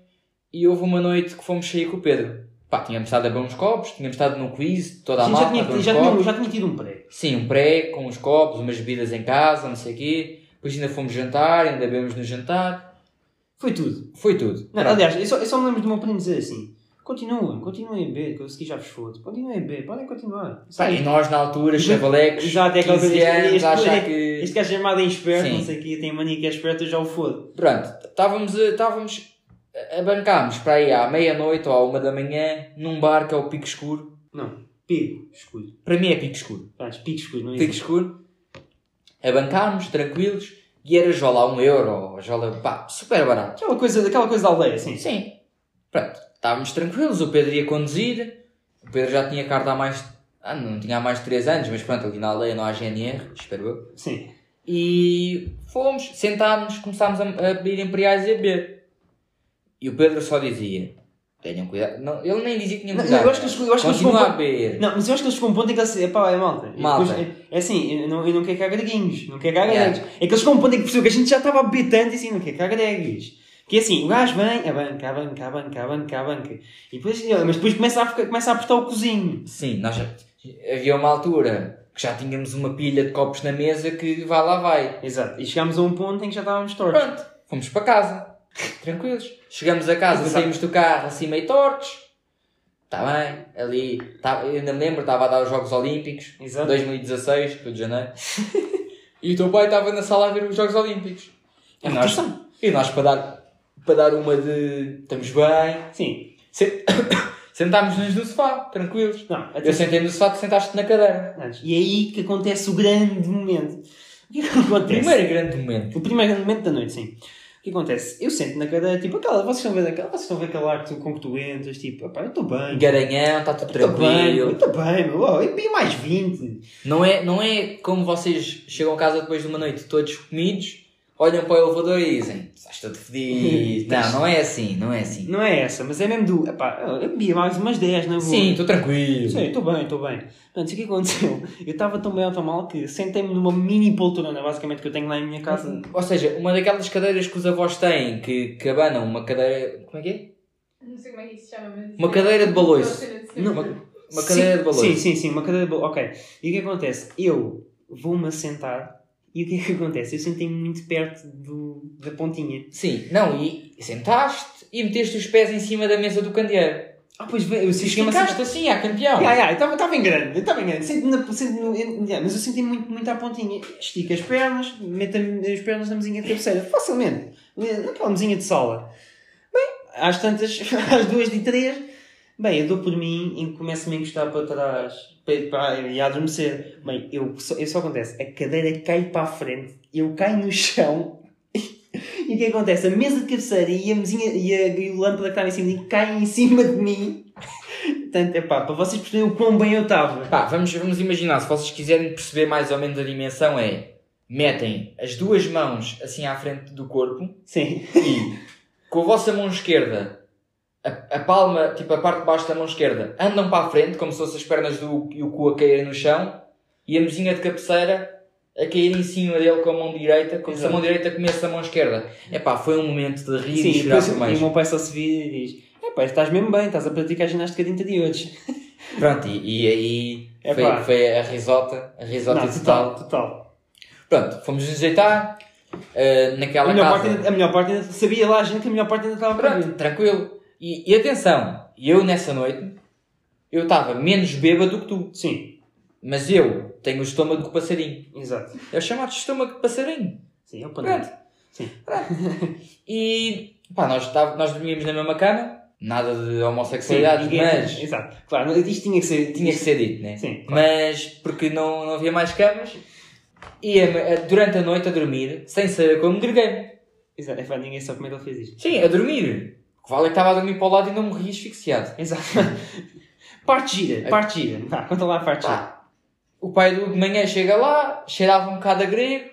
Speaker 2: E houve uma noite que fomos sair com o Pedro. Pá, tínhamos estado a beber uns copos, tínhamos estado num quiz, toda a
Speaker 1: A gente já
Speaker 2: malta, a
Speaker 1: tinha,
Speaker 2: beber uns
Speaker 1: já,
Speaker 2: copos.
Speaker 1: tinha, já tinha tido um prego.
Speaker 2: Sim, um pré, com uns copos, umas bebidas em casa, não sei o quê. Depois ainda fomos jantar, ainda bebemos no jantar.
Speaker 1: Foi tudo.
Speaker 2: Foi tudo.
Speaker 1: Não,
Speaker 2: Pronto.
Speaker 1: aliás, eu só, eu só me lembro do meu primo dizer assim: continuem, continuem a beber, que eu segui já vos fodo. Continuem a beber, podem continuar.
Speaker 2: Pá, e nós na altura, chavalecos,
Speaker 1: Exato, é aquela
Speaker 2: 15
Speaker 1: coisa, este-
Speaker 2: anos,
Speaker 1: este-
Speaker 2: a achar que...
Speaker 1: Este gajo é chamado em esperto,
Speaker 2: Sim.
Speaker 1: não sei o quê, tem mania que é esperto, eu já o fodo.
Speaker 2: Pronto, estávamos, a- estávamos a- a bancarmos para aí à meia-noite ou à uma da manhã num bar que é o Pico Escuro.
Speaker 1: Não, pico, escudo.
Speaker 2: Para mim é Pico Escuro.
Speaker 1: Pá, pico, escudo, não é
Speaker 2: Pico
Speaker 1: existe.
Speaker 2: Escuro. A bancarmos, tranquilos, e era jola a um euro, jola, pá, super barato.
Speaker 1: Aquela coisa, aquela coisa da aldeia, sim.
Speaker 2: Sim. Pronto, estávamos tranquilos, o Pedro ia conduzir, o Pedro já tinha carta há mais. Ah, não tinha há mais de 3 anos, mas pronto, ali na aldeia não há GNR, espero eu.
Speaker 1: Sim.
Speaker 2: E fomos, sentámos, começámos a, a beber imperiais e a beber. E o Pedro só dizia: tenham cuidado. Não, ele nem dizia que tinham
Speaker 1: Não,
Speaker 2: cuidado.
Speaker 1: eu acho que eles- eu acho que eles
Speaker 2: Continua
Speaker 1: vão-
Speaker 2: a beber.
Speaker 1: Não, mas eu acho que eles chegam a um ponto em que eles. Epá, é malta. E
Speaker 2: Malta.
Speaker 1: depois, é, é assim, eu não, eu não quero cagar greguinhos. Não quero cagar
Speaker 2: Yeah.
Speaker 1: greguinhos. É que eles chegam a um ponto em que percebeu que a gente já estava a beber tanto e assim, não quero cagar greguinhos. Porque assim, o gajo vem, a banca, a banca, a banca, a banca, a banca. E depois, mas depois começa a, ficar- começa a apertar o cozinho.
Speaker 2: Sim, nós já- havia uma altura que já tínhamos uma pilha de copos na mesa que vá lá vai.
Speaker 1: Exato. E chegámos a um ponto em que já estávamos tortos.
Speaker 2: Pronto, fomos para casa. Tranquilos. Chegamos a casa,
Speaker 1: Exato.
Speaker 2: saímos do carro assim meio tortos. Está bem, ali. tá- eu ainda me lembro, estava a dar os Jogos Olímpicos,
Speaker 1: Exato.
Speaker 2: 2016, Rio de Janeiro. e o teu pai estava na sala a ver os Jogos Olímpicos.
Speaker 1: É
Speaker 2: E nós,
Speaker 1: competição.
Speaker 2: e nós para, dar, para dar uma de. Estamos bem.
Speaker 1: Sim.
Speaker 2: se- Sentámos-nos no sofá, tranquilos.
Speaker 1: Não, até
Speaker 2: Eu sentei no sofá, tu sentaste na cadeira.
Speaker 1: E é aí que acontece o grande momento. O que é que acontece?
Speaker 2: Primeiro grande momento.
Speaker 1: O primeiro grande momento da noite, sim. O que acontece? Eu sento na cadeira, tipo, aquela, vocês estão a ver aquela, vocês estão a ver aquela arte com que tu entras, tipo, pá, eu estou bem.
Speaker 2: Garanhão, está tudo
Speaker 1: Estou Tá bem, eu
Speaker 2: tranquilo.
Speaker 1: estou bem, meu. Oh, eu bebi mais 20.
Speaker 2: Não é, não é como vocês chegam a casa depois de uma noite todos comidos, olham para o elevador e dizem estás todo fedido. não, não é assim, não é assim.
Speaker 1: Não é essa, mas é mesmo do, epá, eu bebi mais umas 10, não é?
Speaker 2: Sim, estou tranquilo.
Speaker 1: Sim, estou bem, estou bem. Portanto, o que aconteceu? Eu estava tão bem ou tão mal que sentei-me numa mini poltrona, basicamente, que eu tenho lá em minha casa.
Speaker 2: Ou seja, uma daquelas cadeiras que os avós têm que, que abanam uma cadeira. Como é que é?
Speaker 3: Não sei como é que isso se chama, mas.
Speaker 2: Uma cadeira de baloiço.
Speaker 3: Não,
Speaker 2: Uma, uma cadeira de
Speaker 1: balões. Sim,
Speaker 2: balanço.
Speaker 1: sim, sim, uma cadeira de balões. Ok. E o que acontece? Eu vou-me assentar e o que é que acontece? Eu sentei-me muito perto do, da pontinha.
Speaker 2: Sim, não, e sentaste e meteste os pés em cima da mesa do candeeiro.
Speaker 1: Ah, pois bem, eu
Speaker 2: E
Speaker 1: senti-me
Speaker 2: ficaste assim, ah, campeão.
Speaker 1: Ah, ah, eu estava- estava em grande, eu estava em grande. Sento na, sento no, eu- yeah, mas eu senti muito, muito à pontinha. Estica as pernas, meta as pernas na mesinha de cabeceira, facilmente. Naquela mesinha de sala. Bem, às tantas, às duas e três, bem, eu dou por mim e começo-me a encostar para trás para, para, e a adormecer. Bem, eu só, eu só acontece, a cadeira cai para a frente, eu caio no chão. E o que acontece? A mesa de cabeceira e a mesinha e, a, e o lâmpada que estava em cima de mim caem em cima de mim. Portanto, é pá, para vocês perceberem o quão bem eu estava.
Speaker 2: Pá, vamos, vamos imaginar, se vocês quiserem perceber mais ou menos a dimensão, é metem as duas mãos assim à frente do corpo
Speaker 1: Sim.
Speaker 2: e com a vossa mão esquerda, a, a palma, tipo a parte de baixo da mão esquerda, andam para a frente, como se fossem as pernas do Hugo e o cu a caírem no chão e a mesinha de cabeceira a cair em cima dele com a mão direita, como se a mão direita comesse a mão esquerda. É pá, foi um momento de rir
Speaker 1: Sim,
Speaker 2: e
Speaker 1: e
Speaker 2: chorar
Speaker 1: depois,
Speaker 2: por
Speaker 1: e o
Speaker 2: mais.
Speaker 1: meu pai só se vira e diz: É pai, estás mesmo bem, estás a praticar ginástica de 30 de hoje.
Speaker 2: Pronto, e, e aí
Speaker 1: É
Speaker 2: foi,
Speaker 1: pá.
Speaker 2: foi a risota, a risota
Speaker 1: Não,
Speaker 2: total.
Speaker 1: total.
Speaker 2: Pronto, fomos nos deitar ah,
Speaker 1: A
Speaker 2: naquela
Speaker 1: melhor,
Speaker 2: casa.
Speaker 1: parte é ainda, a melhor parte ainda sabia lá a gente que a melhor parte ainda estava para
Speaker 2: Pronto,
Speaker 1: vir.
Speaker 2: tranquilo. E, e atenção, eu nessa noite, eu estava menos bêbado do que tu.
Speaker 1: Sim,
Speaker 2: Mas eu tenho o estômago de passarinho.
Speaker 1: exato.
Speaker 2: É o chamado estômago de passarinho.
Speaker 1: Sim, é o
Speaker 2: Pronto.
Speaker 1: panela. Sim.
Speaker 2: Pronto. E pá, nós, tava- nós dormíamos na mesma cama. Nada de homossexualidade,
Speaker 1: ninguém-
Speaker 2: mas
Speaker 1: Exato. Claro, isto tinha que ser.
Speaker 2: tinha que ser dito, né?
Speaker 1: Sim,
Speaker 2: Mas porque não, não havia mais camas. E a- a- durante a noite a dormir, sem saber como, greguei
Speaker 1: Exato, é pá, ninguém sabe como é que ele fez isto.
Speaker 2: Sim, a dormir. O que vale é que estava a dormir para o lado e não morri asfixiado.
Speaker 1: Exato. Parte gira, parte gira. Vá, conta lá a parte gira.
Speaker 2: É. Pá, o pai do de manhã chega lá, cheirava um bocado a grego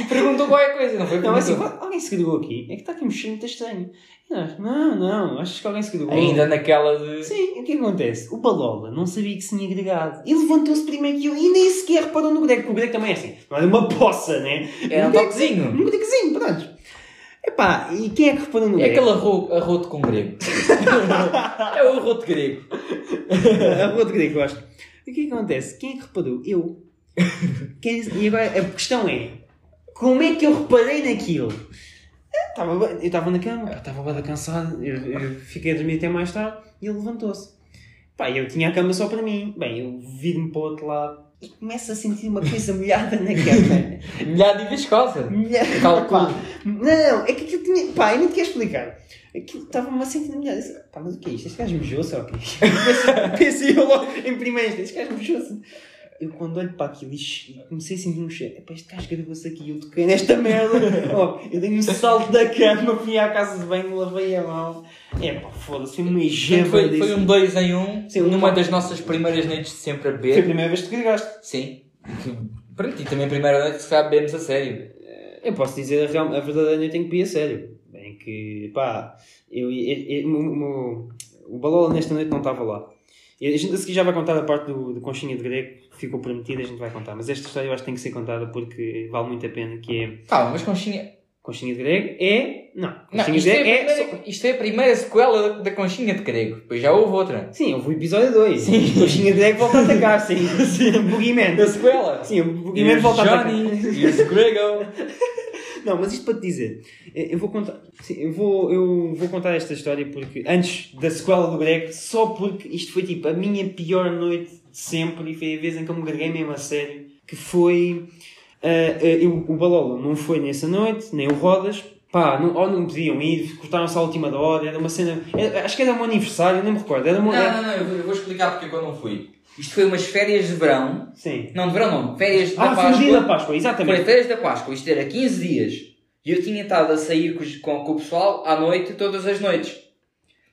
Speaker 2: e perguntou qual é a coisa. Não foi
Speaker 1: Não, mas assim,
Speaker 2: perguntou.
Speaker 1: alguém se grudou aqui. É que está aqui um cheiro muito estranho. E nós, não, não, achas que alguém se grudou?
Speaker 2: Ainda naquela de.
Speaker 1: Sim, o que é que acontece? O Balola não sabia que se tinha agregado. E levantou-se primeiro que eu e nem sequer reparou no Greg, porque o Greg também é assim. Não é uma poça, né?
Speaker 2: Era um
Speaker 1: Greg-
Speaker 2: toquezinho.
Speaker 1: Um botecozinho, pronto. Epá, e quem é que reparou no
Speaker 2: É
Speaker 1: Greg?
Speaker 2: aquele arro- arroto com grego. é o arroto grego.
Speaker 1: A rua de É um Grego, eu acho. E o que é que acontece? Quem é que reparou? Eu. Quem- E agora a questão é: como é que eu reparei naquilo? Eu estava bué- Eu estava na cama, pá, estava bada cansado, eu, eu fiquei a dormir até mais tarde e ele levantou-se. Pá, eu tinha a cama só para mim. Bem, eu viro-me para o outro lado e começo a sentir uma coisa molhada na cama.
Speaker 2: Milhado e viscosa.
Speaker 1: Molhada.
Speaker 2: Calcula.
Speaker 1: Pá, Não, é que aquilo tinha. Pá, eu não te quero explicar. Aquilo estava-me a sentir molhado. Eu disse, Pá, mas o que é isto? Este gajo mijou-se ou o quê? Pensei eu logo em primeira instância, este gajo mijou-se. Eu quando olho para aquilo e che- comecei a sentir um cheiro, epá, este gajo gravou-se aqui, eu toquei nesta merda. oh, eu dei um salto da cama, fui à casa de banho, lavei a mão. Epá, foda-se, foi uma
Speaker 2: Portanto,
Speaker 1: jeva
Speaker 2: Foi, foi
Speaker 1: desse-
Speaker 2: um dois em um,
Speaker 1: Sim, um-
Speaker 2: numa das nossas primeiras noites de sempre
Speaker 1: Foi
Speaker 2: a
Speaker 1: a
Speaker 2: beber.
Speaker 1: primeira vez que te gregaste.
Speaker 2: Sim. Que- Pronto, e também a primeira noite que se calhar bebemos a sério.
Speaker 1: Eu posso dizer a, real, a verdadeira noite em que vi a sério. Bem que, pá, eu, eu- eu- o meu- o Balola nesta noite não estava lá. E a gente a seguir já vai contar a parte do, do conchinha de grego, que ficou prometida, a gente vai contar. Mas esta história eu acho que tem que ser contada porque vale muito a pena, que é...
Speaker 2: Calma, mas conchinha.
Speaker 1: Conchinha de grego é. Não,
Speaker 2: Não,
Speaker 1: conchinha de
Speaker 2: isto, é a
Speaker 1: grego é.
Speaker 2: primeira, isto é a primeira sequela da, da conchinha de grego. Depois já houve outra.
Speaker 1: só- Sim, houve o episódio 2.
Speaker 2: Sim.
Speaker 1: Conchinha de grego volta a atacar, sim. sim. O Boogeyman.
Speaker 2: sequela? Sim.
Speaker 1: Sim, o Boogeyman volta a atacar.
Speaker 2: Here's Grego.
Speaker 1: Não, mas isto para te dizer, eh, eu vou contar, sim, eu vou, eu vou contar esta história porque antes da sequela do Greg, só porque isto foi tipo a minha pior noite de sempre e foi a vez em que eu me greguei mesmo a sério, que foi ah, ah, eu, o Balolo não foi nessa noite, nem o Rodas, pá, não, ou não podiam ir, cortaram-se à última da hora, era uma cena, era- acho que era um aniversário, não me recordo, era uma,
Speaker 2: Não,
Speaker 1: era-
Speaker 2: não, não, eu vou, eu vou explicar porque é que eu não fui. Isto foi umas férias de verão.
Speaker 1: sim.
Speaker 2: Não, de verão não. Férias Ah. da
Speaker 1: Ah, foi
Speaker 2: Páscoa.
Speaker 1: o dia da Páscoa,
Speaker 2: Foi
Speaker 1: exatamente.
Speaker 2: férias da Páscoa, isto era 15 dias. E eu tinha estado a sair com, os- com- com o pessoal à noite, todas as noites.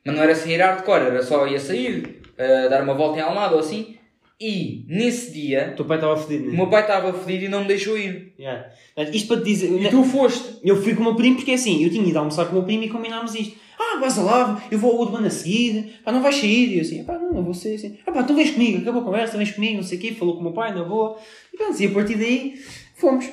Speaker 2: Mas não era sair hardcore, era só ia sair, eh, dar uma volta em Almada ou assim. E nesse
Speaker 1: O
Speaker 2: dia,
Speaker 1: teu pai estava fodido,
Speaker 2: o
Speaker 1: né?
Speaker 2: meu pai estava fodido e não me deixou ir.
Speaker 1: Yeah. Mas Isto para te dizer,
Speaker 2: E tu foste.
Speaker 1: Eu fui com o meu primo porque assim, eu tinha ido almoçar com o meu primo e combinámos isto. Ah, vais a lá, eu vou ao Urban a seguir, pá, não vais sair. E eu assim, pá, não, eu vou sair. Assim, ah, pá, então vens comigo, acabou a conversa, vens comigo, não sei o quê, falou com o meu pai, na boa. E pronto, e a partir daí fomos.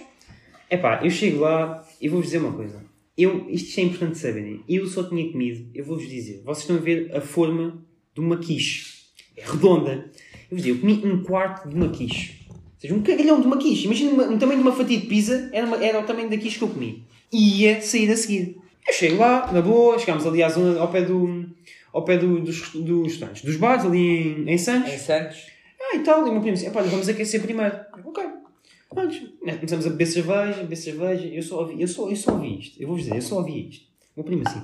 Speaker 1: É pá, eu chego lá e vou-vos dizer uma coisa. Eu, isto é importante saberem. Eu só tinha comido, eu vou-vos dizer, vocês estão a ver a forma de uma quiche. É redonda. Eu vos digo, eu comi um quarto de uma quiche. Ou seja, um cagalhão de uma quiche. Imagina uma- um tamanho de uma fatia de pizza, era, uma- era o tamanho da quiche que eu comi. E ia sair a seguir. Eu chego lá, na boa, chegámos ali à zona, ao pé do... Ao pé do- dos, rest- dos restaurantes, dos bares, ali em, em Santos.
Speaker 2: Em Santos.
Speaker 1: Ah, e tal. E o meu primo disse, "Epá, vamos aquecer primeiro. Eu, ok. Antes, né, começamos a beber cerveja, beber cerveja. Eu só ouvi, eu só, eu só ouvi isto. Eu vou-vos dizer, eu só ouvi isto. O meu primo assim.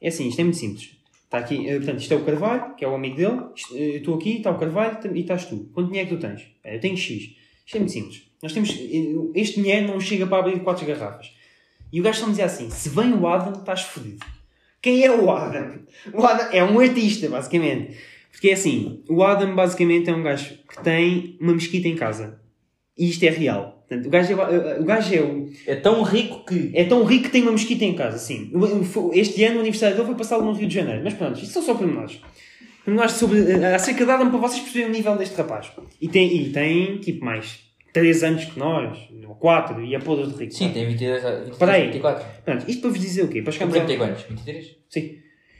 Speaker 1: É assim, isto é muito simples. Está aqui, eh, portanto, isto é o Carvalho, que é o amigo dele. Isto, eh, eu estou aqui, está o Carvalho tam- e estás tu. Quanto dinheiro é que tu tens? "Ah, Eu tenho X. Isto é muito simples. Nós temos, eh, este dinheiro não chega para abrir quatro garrafas. E o gajo só me dizia assim, se vem o Adam, estás fodido. Quem é o Adam? O Adam é um artista, basicamente. Porque é assim, o Adam basicamente é um gajo que tem uma mesquita em casa. E isto é real. Portanto, o gajo é, ba- o gajo é o-
Speaker 2: É tão rico que.
Speaker 1: é tão rico que tem uma mesquita em casa, sim. O- o- fo- Este ano o aniversário dele foi passado no Rio de Janeiro. Mas pronto, isto são só pormenores. Pormenores sobre, eh, acerca de Adam para vocês perceberem o nível deste rapaz. E tem, e tem tipo, mais 3 anos que nós, ou 4, e a podres de rico.
Speaker 2: Sim, tem 22, 23,
Speaker 1: Para aí.
Speaker 2: 24.
Speaker 1: Pronto, isto para vos dizer o quê? Para chegarmos ao-
Speaker 2: 40 e quantos? 23?
Speaker 1: Sim.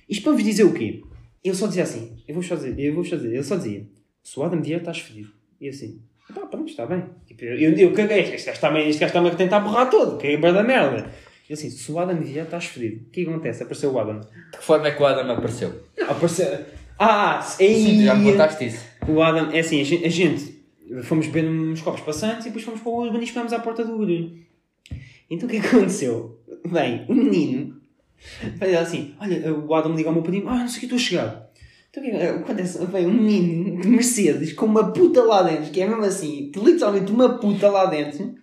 Speaker 1: Isto para vos dizer o quê? Ele só dizia assim, eu vou fazer, eu vou fazer. Ele só dizia, se o Adam vier, estás fedido. E eu assim, pá, pronto, está bem. Tipo, eu, eu, eu caguei, este gajo está-me este gajo está-me a tentar borrar todo, caguei bué da merda. E assim, se o Adam vier, estás fedido. O que é que acontece? Apareceu o Adam.
Speaker 2: De que forma é que o Adam apareceu?
Speaker 1: Não, apareceu... Ah,
Speaker 2: Sim, tu já me
Speaker 1: ei,
Speaker 2: contaste isso.
Speaker 1: o Adam, é assim, a gen- a gente, fomos beber uns copos passantes e depois fomos para o urbanismo e espámos à porta do urino. Então o que é que aconteceu? Bem, o menino, bem, assim, olha, o Adam liga ao meu primo, ah, não sei o que, estou a chegar. Então o que é que acontece? Bem, um menino de Mercedes com uma puta lá dentro, que é mesmo assim, literalmente uma puta lá dentro,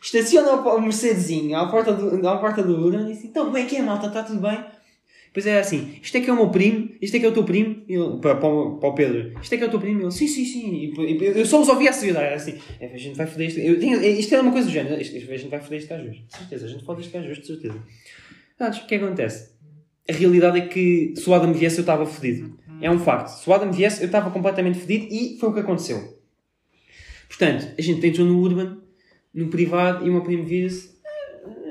Speaker 1: estaciona o Mercedesinho à porta do, à porta do urino e diz, então como é que é, malta, está tudo bem? Pois é assim, isto é que é o meu primo, isto é que é o teu primo, e ele, para, para, o, para o Pedro, isto é que é o teu primo, e ele, sim, sim, sim, e, e- eu só os ouvia a seguir, era assim, "É, a gente vai foder isto, eu tenho, isto é uma coisa do género, isto, a gente vai foder este gajo hoje, de certeza, a gente fode este gajo hoje, de certeza. Sabes, o que é que acontece? A realidade é que se o Adam viesse eu estava fodido, é um facto, se o Adam viesse eu estava completamente fodido e foi o que aconteceu. Portanto, a gente entrou no Urban, no privado, e o meu primo vira-se,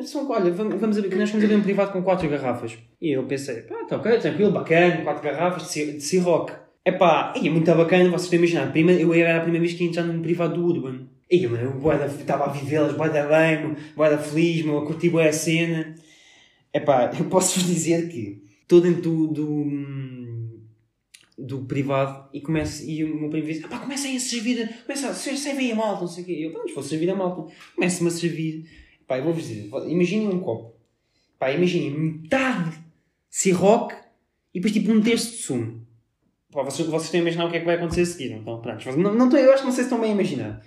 Speaker 1: são, olha, vamos, vamos abrir, nós vamos abrir um privado com quatro garrafas. E eu pensei, pá, tá ok, tranquilo, bacana, quatro garrafas de, ci- de Ciroc. Epá, e é muito bacana, vocês estão a imaginar, prima, eu era a primeira vez que ia entrar num privado do Urban. E eu, mano, eu bué da- estava a vivê-las, bué da bem, meu, bué da feliz, meu, a curtir bué a cena. Epá, eu posso-vos dizer que estou dentro do, do, do privado e começo, e o meu primo diz, epá, comecem a servir, começa a servir a malta, não sei o quê. E eu, pronto, vou servir a malta. Começo-me a servir. Pá, eu vou-vos dizer, imaginem um copo. Pá, imaginem metade Ciroc e depois tipo um terço de sumo. Pá, vocês, vocês estão a imaginar o que é que vai acontecer a seguir, não estão? Pronto, vocês- não, não estão- eu acho que não sei se estão bem a imaginar.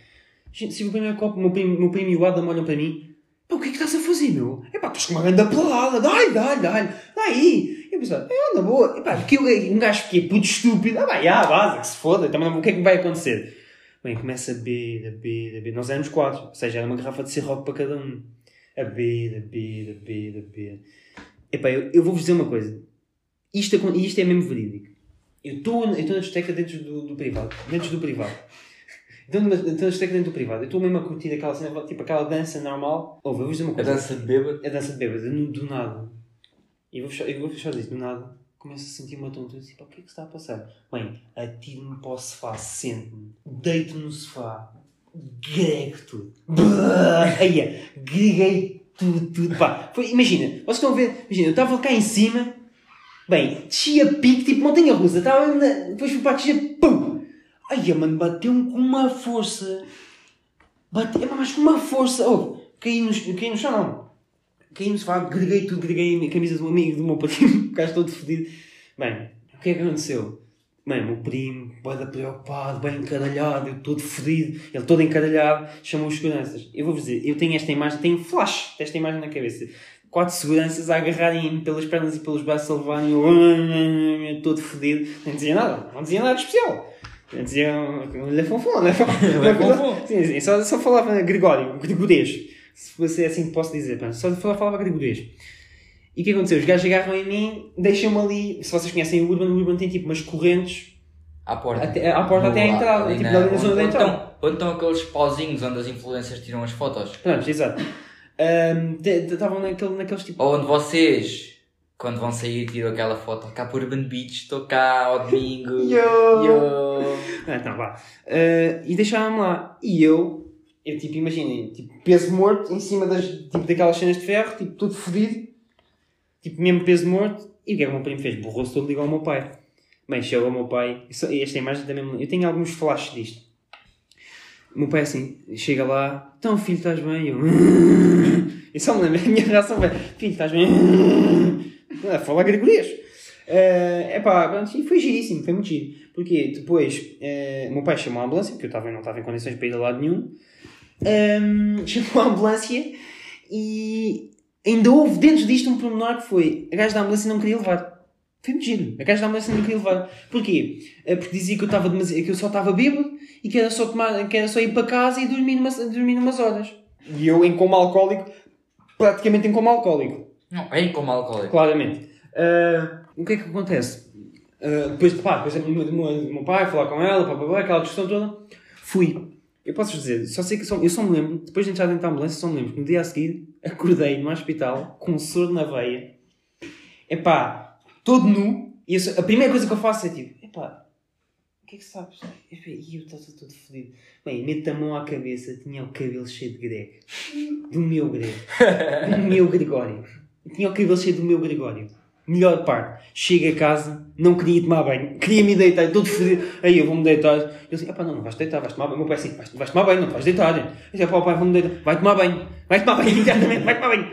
Speaker 1: Gente, se o primeiro copo, o meu primo, meu primo e o Adam olham para mim, pá, o que é que estás a fazer, meu? É pá, estás com uma grande pelada, dá-lhe, dá-lhe, dá-lhe, dá-lhe. Tá E eu pensava, é, na boa, é pá, porque eu, um gajo que é puto estúpido, ah, vai, ah, vaza, que se foda, também não- o que é que vai acontecer? Bem, começa a beber, a beber, a beber. Nós éramos quatro, ou seja, era uma garrafa de Ciroc para cada um a beber, a beber, a beber, a beber. Epá, eu, eu vou-vos dizer uma coisa. Isto, acon- e isto é mesmo verídico. Eu estou na discoteca dentro do, do privado. Dentro do privado. Estou na estou na discoteca dentro do privado. Eu estou mesmo a curtir aquela cena, tipo aquela dança normal. Ouve, eu vou-vos dizer uma
Speaker 2: A
Speaker 1: coisa.
Speaker 2: dança de bêbado.
Speaker 1: A dança de bêbada, no- do nada. E vou fechar, eu vou fechar disso, do nada. Começo a sentir uma tontura e tipo, o que é que está a passar? Bem, atiro-me para o sofá, sento-me, deito-me no sofá, grego tudo. Brrr, Aí é, greguei tudo, tudo. Pá, foi, imagina, vocês estão a ver, imagina, eu estava cá em cima, bem, desci a pique, tipo montanha russa, estava mesmo na, depois fui para a descer, pum! Aí, mano, bateu-me com uma força. Bateu-me, mas com uma força. Oh, caí no, caí no chão, não caí no sofá, greguei tudo, greguei a camisa do amigo, do meu primo, o gajo todo fedido. Bem, o que é que aconteceu? Bem, meu primo, bada preocupado, bem encaralhado, eu todo fedido, ele todo encaralhado, chamou os seguranças. Eu vou-vos dizer, eu tenho esta imagem, tenho flash desta imagem na cabeça. Quatro seguranças a agarrarem-me pelas pernas e pelos braços, a levarem eu todo fedido. Não dizia nada, não dizia nada de especial. Não dizia, olha é fonfon, olha fonfon. Sim, sim, só, só falava Gregório, Gregorês. Se fosse assim que posso dizer, pronto, só falava, falava gregorês. E o que aconteceu? Os gajos agarram em mim, deixam-me ali. Se vocês conhecem o Urban, o Urban tem tipo umas correntes
Speaker 2: À porta.
Speaker 1: até, à porta até à entrada,
Speaker 2: Ali
Speaker 1: tipo
Speaker 2: na-
Speaker 1: na, na
Speaker 2: onde-
Speaker 1: zona da
Speaker 2: onde
Speaker 1: entrada.
Speaker 2: estão- Onde estão aqueles pauzinhos onde as influencers tiram as fotos?
Speaker 1: Pronto, exato. Ahm, te- te- Estavam naquele, naqueles tipo.
Speaker 2: Ou onde vocês, quando vão sair, tiram aquela foto? Cá por Urban Beach, estou cá ao domingo. Yo.
Speaker 1: Ah, então vá. Ah, e deixaram-me lá. E eu, eu tipo, imaginem, tipo, peso morto em cima das, tipo, daquelas cenas de ferro, tipo, tudo fodido. Tipo, mesmo peso morto. E o que é que o meu primo fez? Borrou-se todo ligou ao meu pai. Bem, chegou ao meu pai. Isso- Esta imagem também. Eu tenho alguns flashes disto. O meu pai assim, chega lá, então filho, estás bem? Eu, eu só me lembro, a minha reação foi, filho, estás bem? Ah, Fala gregorias. É epá, pronto, e foi giríssimo, foi muito giro. Porque depois, eh, o meu pai chamou a ambulância, porque eu tava, não estava em condições para ir a lado nenhum. Ahm, chamou a ambulância e ainda houve dentro disto um pormenor que foi, a gaja da ambulância não queria levar. Foi muito giro, a gaja da ambulância não queria levar. Porquê? Eh, Porque dizia que eu, tava demasi- que eu só estava bêbado e que era só, tomar, que era só ir para casa e dormir, numa, dormir umas horas. E eu em coma alcoólico, praticamente em coma alcoólico.
Speaker 2: Não, é vem como alcoólico.
Speaker 1: Claramente. Ah, o que é que acontece? Ah, depois, pá, depois o meu, meu, meu pai falar com ela, pá, pá, pá, aquela discussão toda. Fui. Eu posso vos dizer, só sei que só, eu só me lembro, depois de entrar dentro da ambulância, só me lembro que no dia a seguir acordei no hospital com um soro na veia. Epá, todo nu, E eu sou- a primeira coisa que eu faço é tipo, epá, o que é que sabes? Epá, E eu estava todo fodido. Bem, meto a mão à cabeça, tinha o cabelo cheio de grego. Do meu grego. Do meu Gregório. Tinha o cabelo cheio do meu Gregório. Melhor parte, chego a casa, não queria ir tomar banho, queria me deitar, todo fodido. Aí eu vou-me deitar. Eu disse, epá, não, não vais deitar, vais tomar banho. O meu pai assim, vais, vais tomar banho, não vais deitar. Eu disse, epá, pai, vou-me deitar, vai tomar banho, vai tomar banho, imediatamente, vai tomar banho.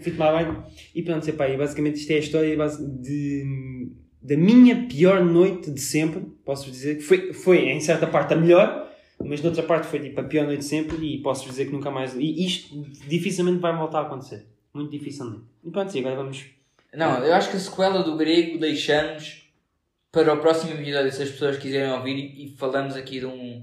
Speaker 1: Fui tomar banho. E pronto, epá, e basicamente isto é a história base- de, da minha pior noite de sempre, posso-vos dizer, que foi, foi em certa parte a melhor, mas noutra parte foi tipo a pior noite de sempre e posso-vos dizer que nunca mais. E isto dificilmente vai voltar a acontecer. Muito dificilmente. E pronto, e agora vamos.
Speaker 2: Não, eu acho que a sequela do grego deixamos para o próximo episódio, se as pessoas quiserem ouvir, e e falamos aqui de um...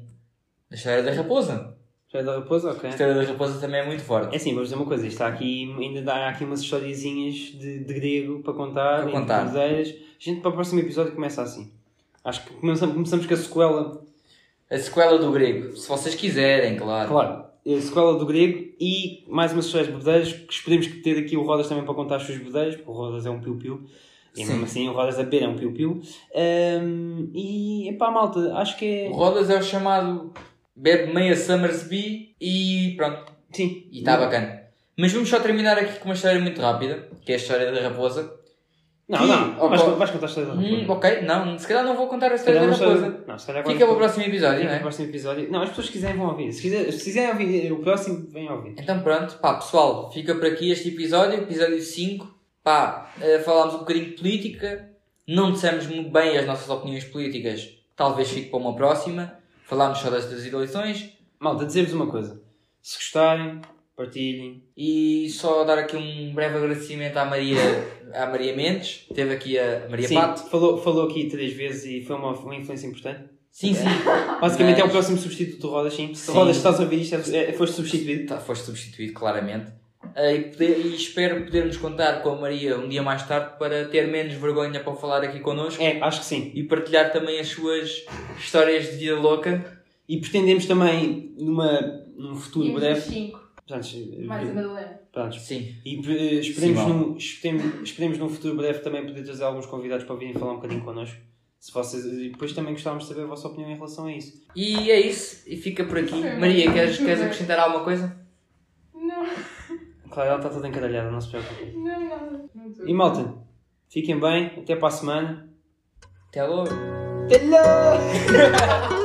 Speaker 2: da história da raposa.
Speaker 1: Já é da raposa? Ok.
Speaker 2: A história da raposa também é muito
Speaker 1: É
Speaker 2: forte.
Speaker 1: assim, vou dizer uma coisa, está aqui, ainda dá- há aqui umas historiezinhas de, de grego para contar,
Speaker 2: Para
Speaker 1: entre
Speaker 2: contar.
Speaker 1: cruzeiras. A gente para o próximo episódio começa assim. Acho que começamos, começamos com a sequela,
Speaker 2: A sequela do grego, se vocês quiserem, claro.
Speaker 1: claro, a sequela do grego e mais umas histórias de bebedeiras, que esperemos que ter aqui o Rodas também para contar as suas bebedeiras, porque o Rodas é um piu-piu. E
Speaker 2: Sim.
Speaker 1: mesmo assim o Rodas da Pera é um piu-piu. Ahm, e epá, malta, acho que é.
Speaker 2: O Rodas é o chamado bebe meia Summersby e pronto,
Speaker 1: Sim.
Speaker 2: e está bacana. Mas vamos só terminar aqui com uma história muito rápida, que é a história da raposa.
Speaker 1: Não, não,
Speaker 2: Ih,
Speaker 1: vais,
Speaker 2: opa.
Speaker 1: vais contar a história da
Speaker 2: Hum,
Speaker 1: raposa.
Speaker 2: ok, não, se calhar não vou contar a
Speaker 1: Se
Speaker 2: história
Speaker 1: calhar é
Speaker 2: da
Speaker 1: uma história-
Speaker 2: raposa.
Speaker 1: Não, se calhar agora-
Speaker 2: Fica para o próximo episódio, não
Speaker 1: Fica para o
Speaker 2: é?
Speaker 1: próximo episódio. Não, as pessoas que quiserem vão ouvir. Se, quiser, se quiserem ouvir eh, o próximo, vêm ouvir.
Speaker 2: Então pronto, pá, pessoal, fica por aqui este episódio, episódio 5. Pá, eh, falámos um bocadinho de política, não dissemos muito bem as nossas opiniões políticas, talvez fique para uma próxima. Falámos só destas eleições
Speaker 1: Malta, dizer-vos uma coisa. Se gostarem, partilhem.
Speaker 2: e só dar aqui um breve agradecimento à Maria, à Maria Mendes, teve aqui a Maria
Speaker 1: Sim,
Speaker 2: Pato.
Speaker 1: falou, falou aqui três vezes e foi uma, uma influência importante.
Speaker 2: Sim, sim,
Speaker 1: Basicamente é o
Speaker 2: Mas-
Speaker 1: próximo substituto do Rodas, sim. Se
Speaker 2: Sim.
Speaker 1: Rodas estás a ouvir isto, é, é- foste substituído.
Speaker 2: tá, foste substituído claramente. Eh, e, poder- e espero podermos contar com a Maria um dia mais tarde para ter menos vergonha para falar aqui connosco.
Speaker 1: É, acho que sim.
Speaker 2: e partilhar também as suas histórias de vida louca.
Speaker 1: E pretendemos também, numa, num futuro
Speaker 3: Tínhamos
Speaker 1: breve.
Speaker 3: 5,
Speaker 1: Prontos, eh,
Speaker 3: mais a Madalena.
Speaker 1: prontos.
Speaker 2: Sim.
Speaker 1: E eh, esperemos,
Speaker 2: Sim,
Speaker 1: num, esperemos, esperemos num futuro breve também poder trazer alguns convidados para virem falar um bocadinho connosco. Se vocês, e depois também gostávamos de saber a vossa opinião em relação a isso.
Speaker 2: E é isso. E fica por aqui.
Speaker 3: Ok.
Speaker 2: Maria, queres, queres acrescentar alguma coisa?
Speaker 3: Não,
Speaker 1: Claro, ela está toda encadalhada, não se preocupem.
Speaker 3: não, nada. Não tô.
Speaker 1: E malta, fiquem bem, até para a semana.
Speaker 2: Até logo.
Speaker 1: Até logo!